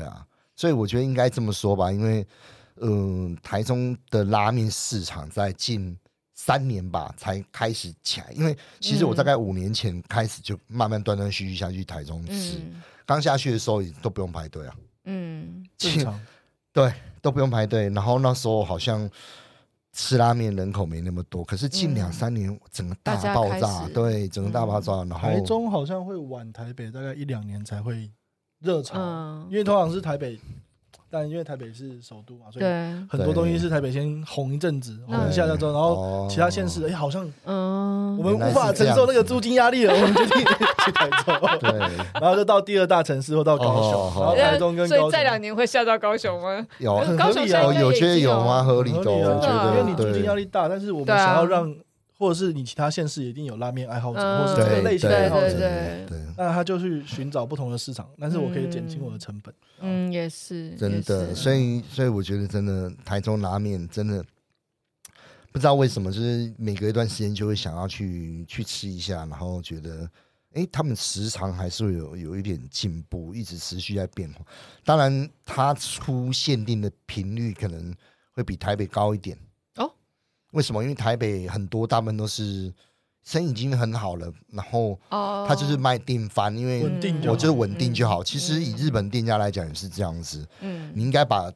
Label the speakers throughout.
Speaker 1: 啊所以我觉得应该这么说吧，因为嗯、台中的拉面市场在近三年吧才开始起来，因为其实我大
Speaker 2: 嗯
Speaker 1: 概五年前开始就慢慢断断续续下去台中吃，
Speaker 2: 嗯
Speaker 1: 刚、下去的时候也都不用排队啊，
Speaker 2: 嗯，
Speaker 1: 其
Speaker 3: 正常。
Speaker 1: 对，都不用排队。然后那时候好像吃拉面人口没那么多，可是近两
Speaker 2: 嗯
Speaker 1: 三年整个大
Speaker 2: 大家
Speaker 1: 爆
Speaker 2: 开
Speaker 1: 炸，
Speaker 2: 始嗯
Speaker 1: 对，整个大爆炸。然后
Speaker 3: 台中好像会晚台北大概一两年才会热潮，
Speaker 2: 嗯
Speaker 3: 因为通常是台北，但因为台北是首都嘛，所以
Speaker 2: 对，
Speaker 3: 很多东西是台北先红一阵子，
Speaker 2: 那
Speaker 3: 红一下下之后，然后
Speaker 1: 哦
Speaker 3: 其他县市哎、好像
Speaker 2: 嗯，
Speaker 3: 我们
Speaker 1: 原来
Speaker 3: 无
Speaker 1: 是
Speaker 3: 法承受
Speaker 1: 这
Speaker 3: 那个
Speaker 1: 样子
Speaker 3: 租金压力了，我 们决定去台
Speaker 1: 对
Speaker 3: 中，然后就到第二大城市或到高
Speaker 1: 哦
Speaker 3: 雄，然后
Speaker 1: 好
Speaker 3: 台中跟
Speaker 2: 呃所
Speaker 3: 高
Speaker 2: 以
Speaker 3: 雄
Speaker 2: 这两年会下到高雄吗？
Speaker 1: 有
Speaker 3: 很
Speaker 2: 高
Speaker 3: 合
Speaker 2: 雄
Speaker 3: 理
Speaker 2: 现
Speaker 3: 啊
Speaker 2: 在
Speaker 1: 哦，
Speaker 2: 应该
Speaker 1: 有
Speaker 2: 也已
Speaker 1: 觉得
Speaker 2: 经
Speaker 1: 有吗？合理的，
Speaker 3: 很合
Speaker 1: 我
Speaker 3: 理
Speaker 1: 觉
Speaker 3: 啊
Speaker 2: 对
Speaker 1: 得
Speaker 3: 因为你租金压
Speaker 1: 力
Speaker 3: 力大，但是我
Speaker 2: 对
Speaker 3: 们
Speaker 2: 啊
Speaker 3: 想要让，或者是你其他县市一定有拉面爱好者，
Speaker 2: 嗯
Speaker 3: 或是这个
Speaker 1: 对
Speaker 3: 类型的爱
Speaker 1: 对
Speaker 3: 好
Speaker 2: 对
Speaker 3: 者，
Speaker 1: 对
Speaker 2: 对
Speaker 1: 对，
Speaker 3: 那他就去寻找不同的市场，但是我可以减轻我的成本。
Speaker 2: 嗯，也是，
Speaker 1: 真的。
Speaker 2: 以
Speaker 1: 所以所以我觉得真的台中拉面真的。不知道为什么，就是每隔一段时间就会想要去去吃一下，然后觉得，哎、他们时常还是会有有一点进步，一直持续在变化。当然，它出限定的频率可能会比台北高一点。
Speaker 2: 哦，
Speaker 1: 为什么？因为台北很多大部分都是生意已经很好了，然后
Speaker 2: 哦，
Speaker 1: 它就是卖定番，因为
Speaker 3: 稳定就
Speaker 1: 嗯
Speaker 3: 好
Speaker 1: 我就是稳定就好。其实以
Speaker 2: 嗯
Speaker 1: 日本店家来讲也是这样子，
Speaker 2: 嗯
Speaker 1: 你应该把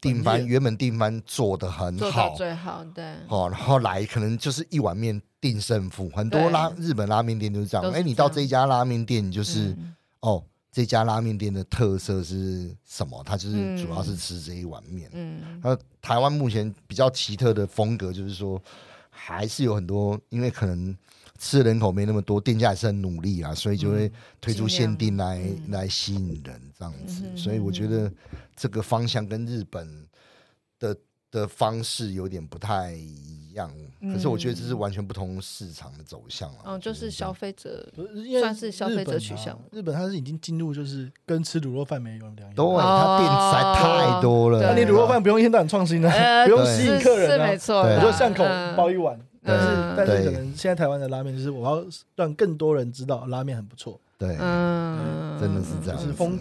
Speaker 1: 定
Speaker 3: 本
Speaker 1: 番
Speaker 3: 业
Speaker 1: 原本定番做得很
Speaker 2: 做到
Speaker 1: 好。
Speaker 2: 最好，对，
Speaker 1: 哦，然后来可能就是一碗面定胜负，很多
Speaker 2: 对
Speaker 1: 拉日本拉面店都是这
Speaker 2: 都
Speaker 1: 样。
Speaker 2: 是
Speaker 1: 哎，你
Speaker 2: 这
Speaker 1: 到
Speaker 2: 样
Speaker 1: 这一家拉面店，你就是、
Speaker 2: 嗯
Speaker 1: 哦，这家拉面店的特色是什么？它就是主要是
Speaker 2: 嗯
Speaker 1: 吃这一碗面。
Speaker 2: 嗯
Speaker 1: 那、台湾目前比较奇特的风格就是说，还是有很多，因为可能吃的人口没那么多，店家还是很努力啊，所以就会推出
Speaker 2: 嗯尽
Speaker 1: 限
Speaker 2: 量
Speaker 1: 定来、
Speaker 2: 嗯
Speaker 1: 来吸引人这样子。
Speaker 2: 嗯哼
Speaker 1: 所以我觉
Speaker 2: 嗯
Speaker 1: 得这个方向跟日本的的方式有点不太一样，可是我觉得这是
Speaker 2: 嗯
Speaker 1: 完全不同市场的走向啊了。我
Speaker 2: 哦，
Speaker 1: 觉
Speaker 2: 就
Speaker 1: 得
Speaker 2: 是
Speaker 1: 这样
Speaker 2: 消费者，
Speaker 3: 不是因为
Speaker 2: 算是消费者
Speaker 3: 日本啊
Speaker 2: 取向
Speaker 3: 日本它是已经进入就是跟吃卤肉饭没有两样。
Speaker 1: 对，它店实在太多了。
Speaker 2: 哦
Speaker 3: 那你卤肉饭不用一天到晚创新啊，
Speaker 2: 呃
Speaker 3: 不用
Speaker 1: 对
Speaker 3: 吸
Speaker 2: 是
Speaker 3: 引客
Speaker 2: 是
Speaker 3: 人
Speaker 2: 没
Speaker 3: 啊，
Speaker 2: 错
Speaker 1: 对
Speaker 2: 啦，
Speaker 3: 我就巷口
Speaker 2: 嗯
Speaker 3: 包一碗。但是
Speaker 2: 嗯
Speaker 3: 但是
Speaker 1: 对
Speaker 3: 可能现在台湾的拉面就是我要让更多人知道拉面很不错，
Speaker 1: 对
Speaker 2: 嗯，
Speaker 1: 真的是这样
Speaker 3: 就是风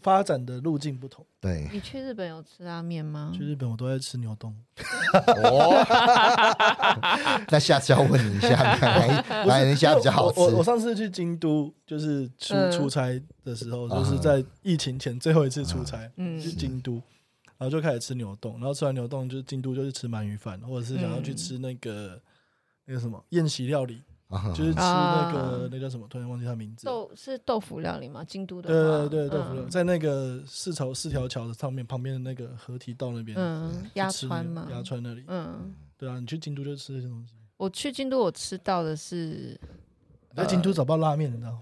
Speaker 3: 发展的路径不同。
Speaker 1: 对，
Speaker 2: 你去日本有吃拉面吗？
Speaker 3: 去日本我都在吃牛冻，
Speaker 1: 哦，那下次要问你一下哪一哪一家比较好吃啊
Speaker 3: 因为我我我上次去京都就是出
Speaker 2: 嗯
Speaker 3: 出差的时候，
Speaker 1: 啊
Speaker 3: 就是在疫情前最后一次出差，
Speaker 2: 嗯
Speaker 3: 去京都，然后就开始吃牛冻，然后吃完牛冻就是京都就是吃鳗鱼饭，或者是想要
Speaker 2: 嗯
Speaker 3: 去吃那个那个什么宴席料理，
Speaker 1: 啊？
Speaker 3: 就是吃那
Speaker 2: 啊
Speaker 3: 个那叫什么，突然忘记他名字。
Speaker 2: 豆是豆腐料理吗？京都的话，
Speaker 3: 对对对，豆腐料
Speaker 2: 嗯
Speaker 3: 在那个四条四条桥的上面旁边的那个河堤道那边，
Speaker 2: 嗯，鸭
Speaker 3: 吃
Speaker 2: 川
Speaker 3: 那个
Speaker 2: 嘛，
Speaker 3: 鸭川那里，
Speaker 2: 嗯，
Speaker 3: 对啊，你去京都就吃这些东西。
Speaker 1: 呃
Speaker 2: 我去京都，我吃到的是，
Speaker 3: 在京都找不到拉面，你知道吗？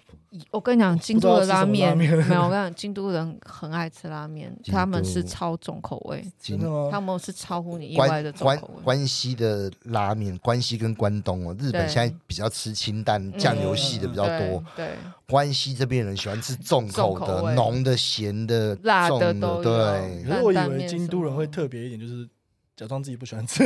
Speaker 2: 我跟你讲，京都的拉面
Speaker 3: 不知道吃什么拉面
Speaker 2: 没有，我跟你讲，京都人很爱吃拉面，
Speaker 1: 京都哦
Speaker 2: 他们是超重口味，
Speaker 3: 真的吗？
Speaker 2: 他们是超乎你意外的
Speaker 1: 关
Speaker 2: 重
Speaker 1: 关
Speaker 2: 口味。
Speaker 1: 关西的拉面，关西跟关东哦，日本
Speaker 2: 对
Speaker 1: 现在比较吃清淡
Speaker 2: 嗯
Speaker 1: 酱油系的比较多，
Speaker 2: 对，对
Speaker 1: 关西这边人喜欢吃重口
Speaker 2: 重口
Speaker 1: 的、
Speaker 2: 味
Speaker 1: 浓的、咸的、
Speaker 2: 辣的
Speaker 1: 重
Speaker 2: 都有啊
Speaker 1: 对
Speaker 3: 可是我以为京都人会特别一点，就是假装自己不喜欢 吃，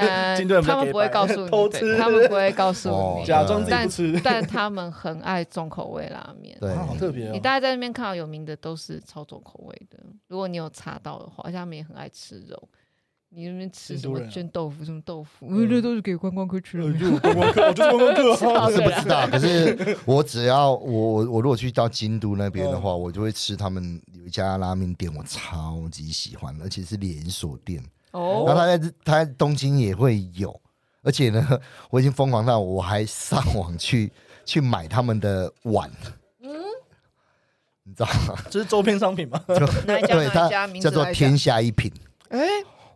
Speaker 2: 呃
Speaker 3: 京都人没
Speaker 2: 他们不会
Speaker 3: 给白
Speaker 2: 告诉你，
Speaker 3: 偷
Speaker 2: 对
Speaker 3: 吃
Speaker 2: 他们不会告 诉
Speaker 1: 哦
Speaker 2: 你，
Speaker 3: 假装自己不吃，
Speaker 2: 但他们很爱重口味拉面。
Speaker 1: 对
Speaker 3: 哇，好特别
Speaker 2: 你
Speaker 3: 哦。
Speaker 2: 大概在那边看到有名的都是超重口味的，如果你有查到的话，而且他们也很爱吃肉。你那边吃
Speaker 3: 印
Speaker 2: 什
Speaker 3: 度
Speaker 2: 么
Speaker 3: 人啊
Speaker 2: 卷豆腐，什么豆腐，
Speaker 3: 嗯
Speaker 2: 那、都是给观光客吃的。
Speaker 3: 呃就我观光客，我就是观光客啊
Speaker 1: 我
Speaker 2: 好
Speaker 1: 是不知道，可是我只要我我我如果去到京都那边的
Speaker 2: 嗯
Speaker 1: 话，我就会吃他们有一家拉面店，我超级喜欢，而且是连锁店。
Speaker 3: 呃
Speaker 1: 然后
Speaker 2: 哦，
Speaker 1: 他在日他在东京也会有，而且呢， 我已经疯狂到我还上网去 去买他们的碗，你知道吗？
Speaker 3: 这是周边商 品嘛？
Speaker 2: 哪一家
Speaker 1: 对，
Speaker 2: 哪一家
Speaker 1: 它
Speaker 2: 名字
Speaker 1: 叫做
Speaker 2: 来一下
Speaker 1: 天下一品，
Speaker 2: 哎，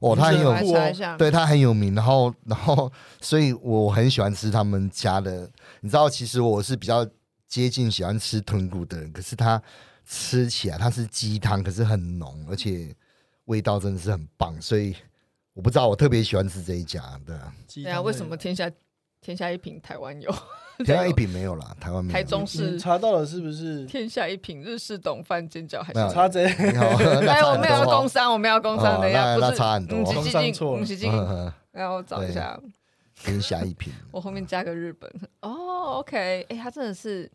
Speaker 1: 哦，它很有
Speaker 2: 我来
Speaker 3: 酷哦
Speaker 2: 查一下。
Speaker 1: 对他很有名，然后 然后，所以我很喜欢吃他们家的。你知道，其实我是比较接近喜欢吃豚骨的人，可是它吃起来它是鸡汤，可是很浓，而且味道真的是很棒，所以我不知道，我特别喜欢吃这一家对 啊，
Speaker 3: 对
Speaker 2: 对啊，为什么天下天下一品台湾有，
Speaker 1: 天下一品没有啦，台湾没有。
Speaker 2: 台中
Speaker 3: 你
Speaker 2: 市
Speaker 3: 查到了是不是？
Speaker 2: 天下一品日式董饭煎饺还是
Speaker 1: 没？有
Speaker 3: 查这
Speaker 1: 你好，那
Speaker 2: 哎，
Speaker 1: 差
Speaker 2: 我
Speaker 1: 很
Speaker 2: 们要
Speaker 1: 多
Speaker 2: 工
Speaker 1: 哦
Speaker 2: 商，我们要工商，
Speaker 1: 哦
Speaker 2: 等一下
Speaker 1: 那
Speaker 2: 不
Speaker 1: 那
Speaker 2: 是
Speaker 1: 差很多
Speaker 2: 嗯是
Speaker 1: 工
Speaker 2: 基
Speaker 3: 商
Speaker 2: 金
Speaker 3: 错了
Speaker 2: 嗯是基金
Speaker 1: 嗯嗯
Speaker 2: 让我找一下，
Speaker 1: 天下一品。
Speaker 2: 我后面加个日本。哦，OK，哎，他真的是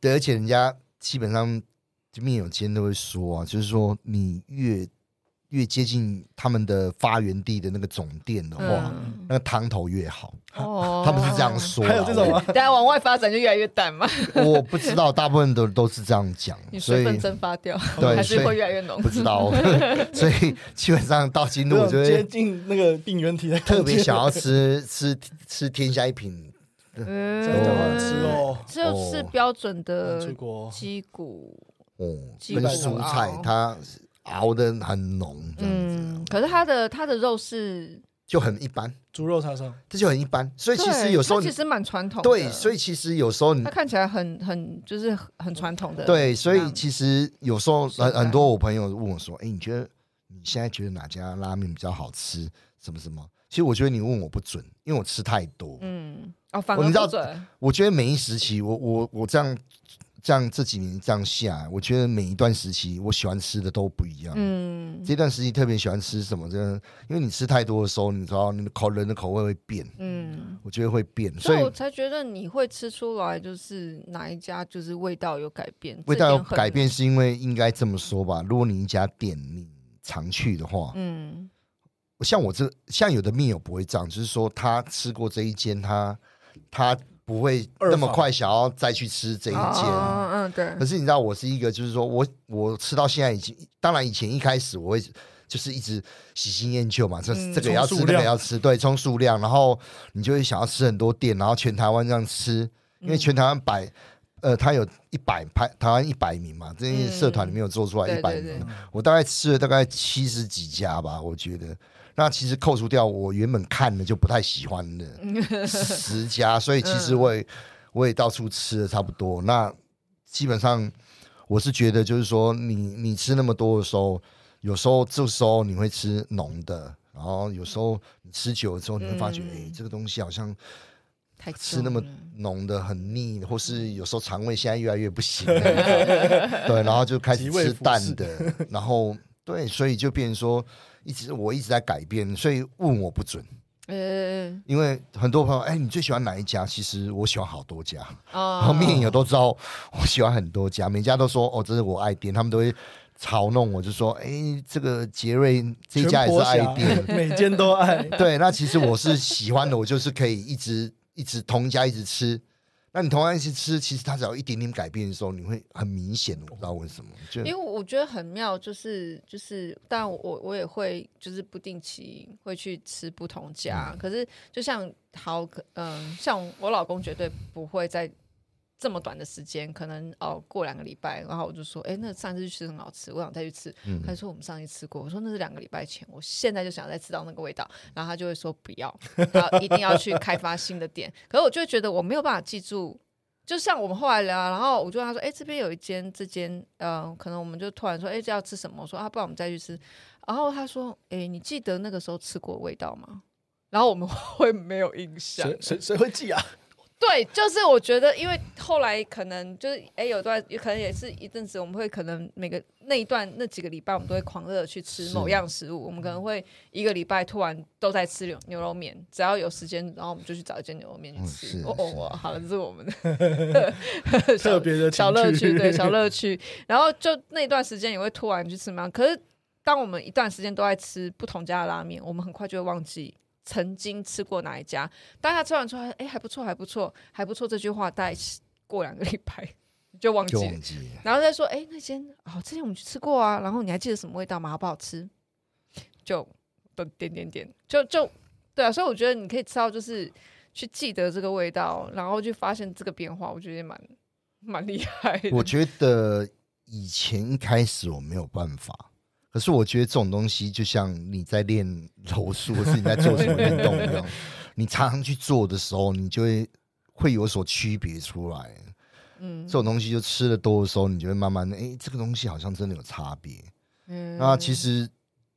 Speaker 1: 对，而且人家基本上面有间都会说啊，就是说你越越接近他们的发源地的那个总店的话，
Speaker 2: 嗯，
Speaker 1: 那个汤头越好，
Speaker 2: 哦
Speaker 1: 他们是这样。说啦。
Speaker 3: 还有这种吗？
Speaker 2: 大家往外发展就越来越淡嘛，
Speaker 1: 我我不知道，大部分都都是这样讲，
Speaker 2: 你
Speaker 1: 所
Speaker 2: 水分
Speaker 1: 以
Speaker 2: 蒸发掉，
Speaker 1: 对
Speaker 2: 还是
Speaker 1: 所
Speaker 2: 会
Speaker 1: 以
Speaker 2: 越来越浓
Speaker 1: 不。知 道。所以基本上到京都，
Speaker 3: 那
Speaker 1: 我
Speaker 3: 种
Speaker 1: 就
Speaker 3: 接
Speaker 1: 会
Speaker 3: 近那个病原体的感觉，
Speaker 1: 特别想要吃吃吃天下一品
Speaker 2: 嗯
Speaker 3: 现在就好吃哦。
Speaker 2: 就是
Speaker 1: 哦
Speaker 2: 标准
Speaker 3: 出
Speaker 2: 的
Speaker 3: 国
Speaker 2: 鸡骨，
Speaker 1: 哦，
Speaker 2: 鸡
Speaker 1: 跟
Speaker 3: 骨
Speaker 1: 蔬菜
Speaker 2: 熬
Speaker 1: 它熬的很浓，这样子
Speaker 2: 嗯，可是它的它的肉是，
Speaker 1: 就很一般，
Speaker 3: 猪肉叉烧，
Speaker 1: 这就很一般。所以其实
Speaker 2: 对
Speaker 1: 有时候
Speaker 2: 它
Speaker 1: 你
Speaker 2: 其实蛮传统的，
Speaker 1: 对，所以其实有时候你
Speaker 2: 它看起来很很就是很很传统的，
Speaker 1: 对，所以
Speaker 2: 嗯
Speaker 1: 其实有时候
Speaker 2: 手感
Speaker 1: 很很多我朋友问我说：“哎、你觉得你现在觉得哪家拉面比较好吃？什么什么？”其实我觉得你问我不准，因为我吃太多。
Speaker 2: 嗯，哦，反而
Speaker 1: 我你知道
Speaker 2: 不准
Speaker 1: 我觉得每一时期，我我我这样这样这几年这样下来，我觉得每一段时期我喜欢吃的都不一样。
Speaker 2: 嗯
Speaker 1: 这段时期特别喜欢吃什么？真的，因为你吃太多的时候，你知道你的口人的口味会变，
Speaker 2: 嗯，
Speaker 1: 我觉得会变，
Speaker 2: 所
Speaker 1: 所
Speaker 2: 以我
Speaker 1: 以
Speaker 2: 才觉得你会吃出来，就是哪一家就是味道有改变，
Speaker 1: 味道有
Speaker 2: 这点很
Speaker 1: 改，变是因为应该这么说吧。如果你一家店你常去的话，
Speaker 2: 嗯
Speaker 1: 像我这像有的密友不会这样，就是说他吃过这一间，他他不会那么快想要再去吃这一间。
Speaker 2: 哦嗯对
Speaker 1: 可，是你知道，我是一个，就是说我我吃到现在已经，当然以前一开始我会就是一直喜新厌旧嘛，这、
Speaker 2: 嗯
Speaker 1: 这个也要
Speaker 3: 冲
Speaker 1: 吃，
Speaker 3: 数
Speaker 1: 那个也
Speaker 3: 量
Speaker 1: 要吃，对，冲数量，然后你就会想要吃很多店，然后全台湾这样吃，因为全台湾百。呃，他有一百排台湾一百名嘛，这些社团里面有做出来
Speaker 2: 对
Speaker 1: 一百
Speaker 2: 对
Speaker 1: 名，
Speaker 2: 嗯对，
Speaker 1: 我大概吃了大概七十几家吧，我觉得。那其实扣除掉我原本看的就不太喜欢的十家，所以其实
Speaker 2: 嗯
Speaker 1: 我也、我也到处吃的差不多。那基本上我是觉得，就是说你你吃那么多的时候，有时候这时候你会吃浓的，然后有时候你吃久了之后，你会发觉，哎、
Speaker 2: 嗯
Speaker 1: 这个东西好像
Speaker 2: 太
Speaker 1: 吃那么
Speaker 2: 重了
Speaker 1: 浓的很腻，或是有时候肠胃现在越来越不行，
Speaker 2: 呃
Speaker 1: 对，然后就开始
Speaker 3: 即位
Speaker 1: 吃
Speaker 3: 服
Speaker 1: 淡
Speaker 3: 饰
Speaker 1: 的，然后对，所以就变成说，一直我一直在改变，所以问我不准，
Speaker 2: 呃
Speaker 1: 因为很多朋友，哎、你最喜欢哪一家？其实我喜欢好多家，然后
Speaker 2: 哦，
Speaker 1: 面友都知道我喜欢很多家，每家都说哦，这是我爱店，他们都会嘲弄我，就说，哎、这个杰瑞这家也是爱店，
Speaker 3: 全国侠 每间都 爱。
Speaker 1: 对，那其实我是喜欢的，我就是可以一直一直同一家一直吃。那你同样一直吃，其实它只要一点点改变的时候，你会很明显的，我不知道为什么，就
Speaker 2: 因为我觉得很妙，就是就是，但我我也会就是不定期会去吃不同家，可是就像好可嗯、像我老公绝对不会在这么短的时间，可能哦过两个礼拜，然后我就说，哎，那上次去吃很好吃，我想再去吃。
Speaker 1: 嗯
Speaker 2: 他就说我们上次吃过，我说那是两个礼拜前，我现在就想再吃到那个味道，然后他就会说不要，然后一定要去开发新的店。可是我就会觉得我没有办法记住就像我们后来聊啊，然后我就问他说：“哎、这边有一间，这间，呃，可能我们就突然说，哎、这要吃什么？”我说：“啊，不然我们再去吃。”然后他说：“哎、你记得那个时候吃过的味道吗？”然后我们 会没有印象。
Speaker 3: 谁谁谁会记啊？
Speaker 2: 对，就是我觉得，因为后来可能就是，哎、有段有可能也是一阵子，我们会可能每个那一段那几个礼拜，我们都会狂热地去吃
Speaker 1: 是
Speaker 2: 某样食物。我们可能会一个礼拜突然都在吃牛牛肉面，只要有时间，然后我们就去找一间牛肉面去
Speaker 1: 嗯
Speaker 2: 吃。
Speaker 1: 是
Speaker 2: 哦
Speaker 1: 是
Speaker 2: 哦，好了，这是我们的 小
Speaker 3: 特别的情
Speaker 2: 小乐
Speaker 3: 趣
Speaker 2: 趣，对小 乐趣。然后就那段时间也会突然去吃嘛。可是当我们一段时间都在吃不同家的拉面，我们很快就会忘记曾经吃过哪一家。当下吃完出来，哎，还不错，还不错，还不错，这句话大概是过两个礼拜 就忘记
Speaker 1: 就
Speaker 2: 了
Speaker 1: 忘。记了。
Speaker 2: 然后再说，哎，那间哦，之前我们去吃过啊，然后你还记得什么味道吗？好不好吃？就都点点点，就就对啊，所以我觉得你可以吃到，就是去记得这个味道，然后去发现这个变化，我觉得也蛮蛮厉害的。
Speaker 1: 我觉得以前一开始我没有办法，可是我觉得这种东西就像你在练柔术，或是你在做什么运动一样，你常常去做的时候，你就会会有所区别出来。
Speaker 2: 嗯
Speaker 1: 这种东西就吃的多的时候，你就会慢慢的，哎、这个东西好像真的有差别。
Speaker 2: 嗯
Speaker 1: 那啊其实，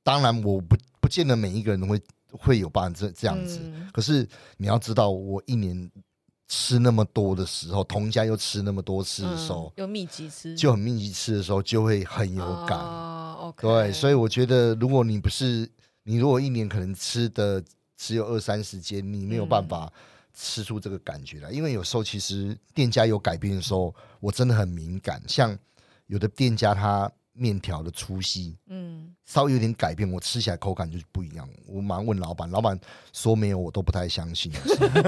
Speaker 1: 当然我不不见得每一个人都会会有办法这这样子，
Speaker 2: 嗯
Speaker 1: 可是你要知道，我一年吃那么多的时候，同一家又吃那么多次的时候
Speaker 2: 嗯，有密集吃
Speaker 1: 就很密集吃的时候，就会很有感。
Speaker 2: 哦、OK，
Speaker 1: 对，所
Speaker 2: 以
Speaker 1: 以我觉得，如果你不是你，如果一年可能吃的只有二三十间，你没有
Speaker 2: 嗯
Speaker 1: 办法吃出这个感觉来。因为有时候其实店家有改变的时候，我真的很敏感。像有的店家他面条的粗细
Speaker 2: 嗯，
Speaker 1: 稍微有点改变，我吃起来口感就是不一样。我马上问老板，老板说没有，我都不太相信，啊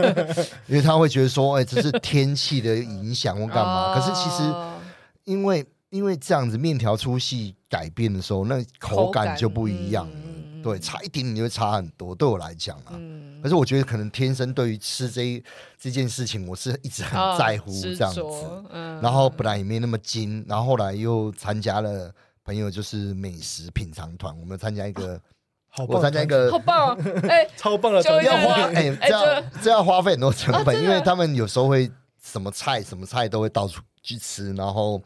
Speaker 1: 因为他会觉得说，哎、这是天气的影响或干嘛。可是其实
Speaker 2: 哦
Speaker 1: 因为因为这样子面条粗细改变的时候，那口感就不一样了。
Speaker 2: 嗯
Speaker 1: 对，差一点你就会差很多。对我来讲啊，
Speaker 2: 嗯
Speaker 1: 可是我觉得可能天生对于吃这一这件事情，我是一直很在乎这样子。，
Speaker 2: 哦执着嗯
Speaker 1: 然后本来也没那么精，然后后来又参加了朋友就是美食品尝团，我们参加一个，
Speaker 2: 啊
Speaker 3: 好棒，啊
Speaker 1: 我参加一个
Speaker 2: 好棒哦， 哎，
Speaker 3: 超棒的
Speaker 2: 就
Speaker 3: 团
Speaker 2: 一
Speaker 3: 队，
Speaker 1: 要
Speaker 2: 个
Speaker 1: 花
Speaker 2: 对
Speaker 1: 哎、
Speaker 2: 哎
Speaker 1: 这要
Speaker 2: 这
Speaker 1: 这要花费很多成
Speaker 2: 啊真
Speaker 1: 本，
Speaker 2: 的
Speaker 1: 因为他们有时候会什么菜什么菜都会到处去吃，然后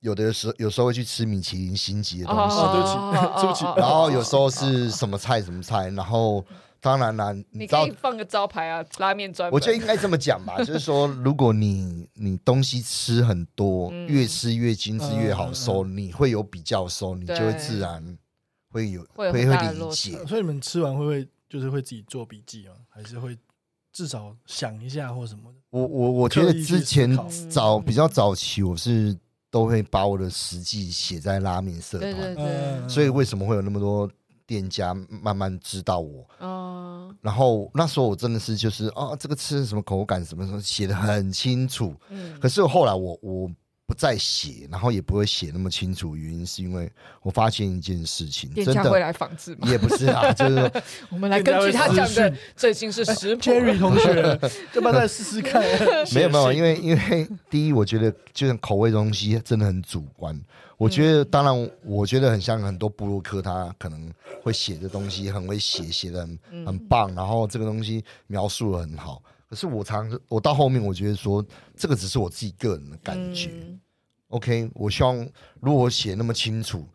Speaker 1: 有的时候有时候会去吃米其林星级的东西，
Speaker 2: 哦
Speaker 3: 对不起
Speaker 2: 哦哦哦哦哦
Speaker 1: 然后有时候是什么菜什么菜，然后当然啦，你
Speaker 2: 你
Speaker 1: 知道
Speaker 2: 可以放个招牌啊，拉面专门，
Speaker 1: 我觉得应该这么讲吧，就是说，如果你你东西吃很多，
Speaker 2: 嗯
Speaker 1: 越吃越精致越好收，你会有比较收，你就会
Speaker 2: 对
Speaker 1: 自然会有
Speaker 2: 会有
Speaker 1: 会
Speaker 2: 很大的
Speaker 1: 理
Speaker 2: 落
Speaker 1: 解
Speaker 2: 差。
Speaker 3: 所以你们吃完会不会就是会自己做笔记吗？还是会至少想一下或什么的？
Speaker 1: 我我我觉得
Speaker 3: 刻意去
Speaker 1: 之前
Speaker 3: 思考
Speaker 1: 早
Speaker 2: 嗯
Speaker 1: 比较早期，我是都会把我的实际写在拉面社
Speaker 2: 对对
Speaker 1: 团，
Speaker 2: 对
Speaker 3: 嗯，
Speaker 1: 所以为什么会有那么多店家慢慢知道我？
Speaker 2: 哦，
Speaker 1: 然后那时候我真的是就是啊，这个吃的什么口感什么什么写的很清楚，
Speaker 2: 嗯，
Speaker 1: 可是后来我我不再写，然后也不会写那么清楚，原因是因为我发现一件事情，
Speaker 2: 店
Speaker 1: 真
Speaker 2: 家会
Speaker 1: 的
Speaker 2: 来仿制吗？
Speaker 1: 也不是啊，就是说
Speaker 2: 我们来根据他讲的最近是 食谱，
Speaker 3: Jerry 同学，要不要再试试看？
Speaker 1: 没有没有，因
Speaker 3: 为
Speaker 1: 为 因为第一，我觉得就是口味东西真的很主观。我觉
Speaker 2: 嗯
Speaker 1: 得当然，我觉得很像很多布洛克，他可能会写的东西很会写，写的
Speaker 2: 嗯
Speaker 1: 很很棒，然后这个东西描述的很好。可是我常我到后面，我觉得说这个只是我自己个人的感觉。
Speaker 2: 嗯
Speaker 1: OK，我希望如果我写那么清楚，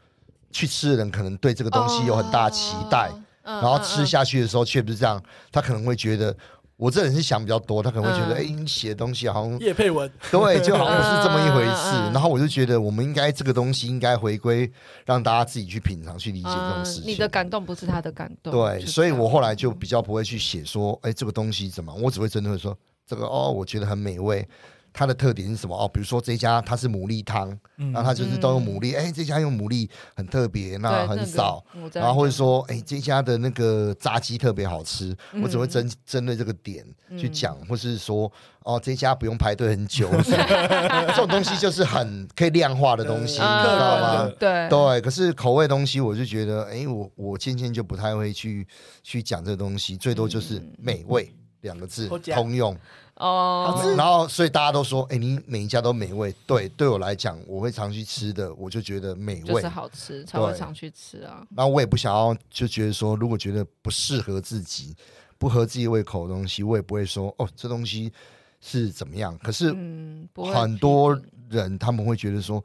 Speaker 1: 去吃的人可能对这个东西有很大的期待，
Speaker 2: 哦
Speaker 1: 然后吃下去的时候却不是这样，他可能会觉得我这人是想比较多，他可能会觉得，
Speaker 2: 嗯
Speaker 1: 哎、你写的东西好像
Speaker 3: 叶佩文，
Speaker 1: 对，就好像不是这么一回事。
Speaker 2: 嗯嗯嗯嗯
Speaker 1: 然后我就觉得，我们应该这个东西应该回归，让大家自己去品尝、去理解这种事情。
Speaker 2: 啊嗯你的感动不是他的感动，
Speaker 1: 对，
Speaker 2: 就
Speaker 1: 所以
Speaker 2: 这样
Speaker 1: 我后来就比较不会去写说，哎，这个东西怎么样，我只会针对说这个哦，我觉得很美味。它的特点是什么？哦，比如说这家它是牡蛎汤，
Speaker 3: 嗯
Speaker 1: 然后它就是都用牡蛎，哎、这家用牡蛎很特别，那
Speaker 2: 对
Speaker 1: 很
Speaker 2: 个
Speaker 1: 少。
Speaker 2: 我在
Speaker 1: 然后或者说，哎、这家的那个炸鸡特别好吃，
Speaker 2: 嗯
Speaker 1: 我只会针针对这个点去讲，或是说，哦，这家不用排队很 久，什么这种东西就是很可以量化的东西，你知
Speaker 3: 嗯客
Speaker 1: 道
Speaker 3: 观
Speaker 1: 吗？
Speaker 3: 的
Speaker 2: 对
Speaker 1: 对，可是口味东西，我就觉得，哎、我我渐渐就不太会去去讲这个东西，最多就是
Speaker 2: 嗯
Speaker 1: 美味两个字
Speaker 3: 好吃
Speaker 1: 通用。
Speaker 2: 哦，
Speaker 1: 然后，所以大家都说，哎、你每一家都美味。对，对我来讲，我会常去吃的，我就觉得美
Speaker 2: 就
Speaker 1: 味
Speaker 2: 是。好吃才会
Speaker 1: 对
Speaker 2: 常去吃啊。
Speaker 1: 那我也不想要，就觉得说，如果觉得不适合自己、不合自己胃口的东西，我也不会说，哦，这东西是怎么样。可是
Speaker 2: 嗯，不会
Speaker 1: 很
Speaker 2: 批
Speaker 1: 多
Speaker 2: 评
Speaker 1: 人他们会觉得说，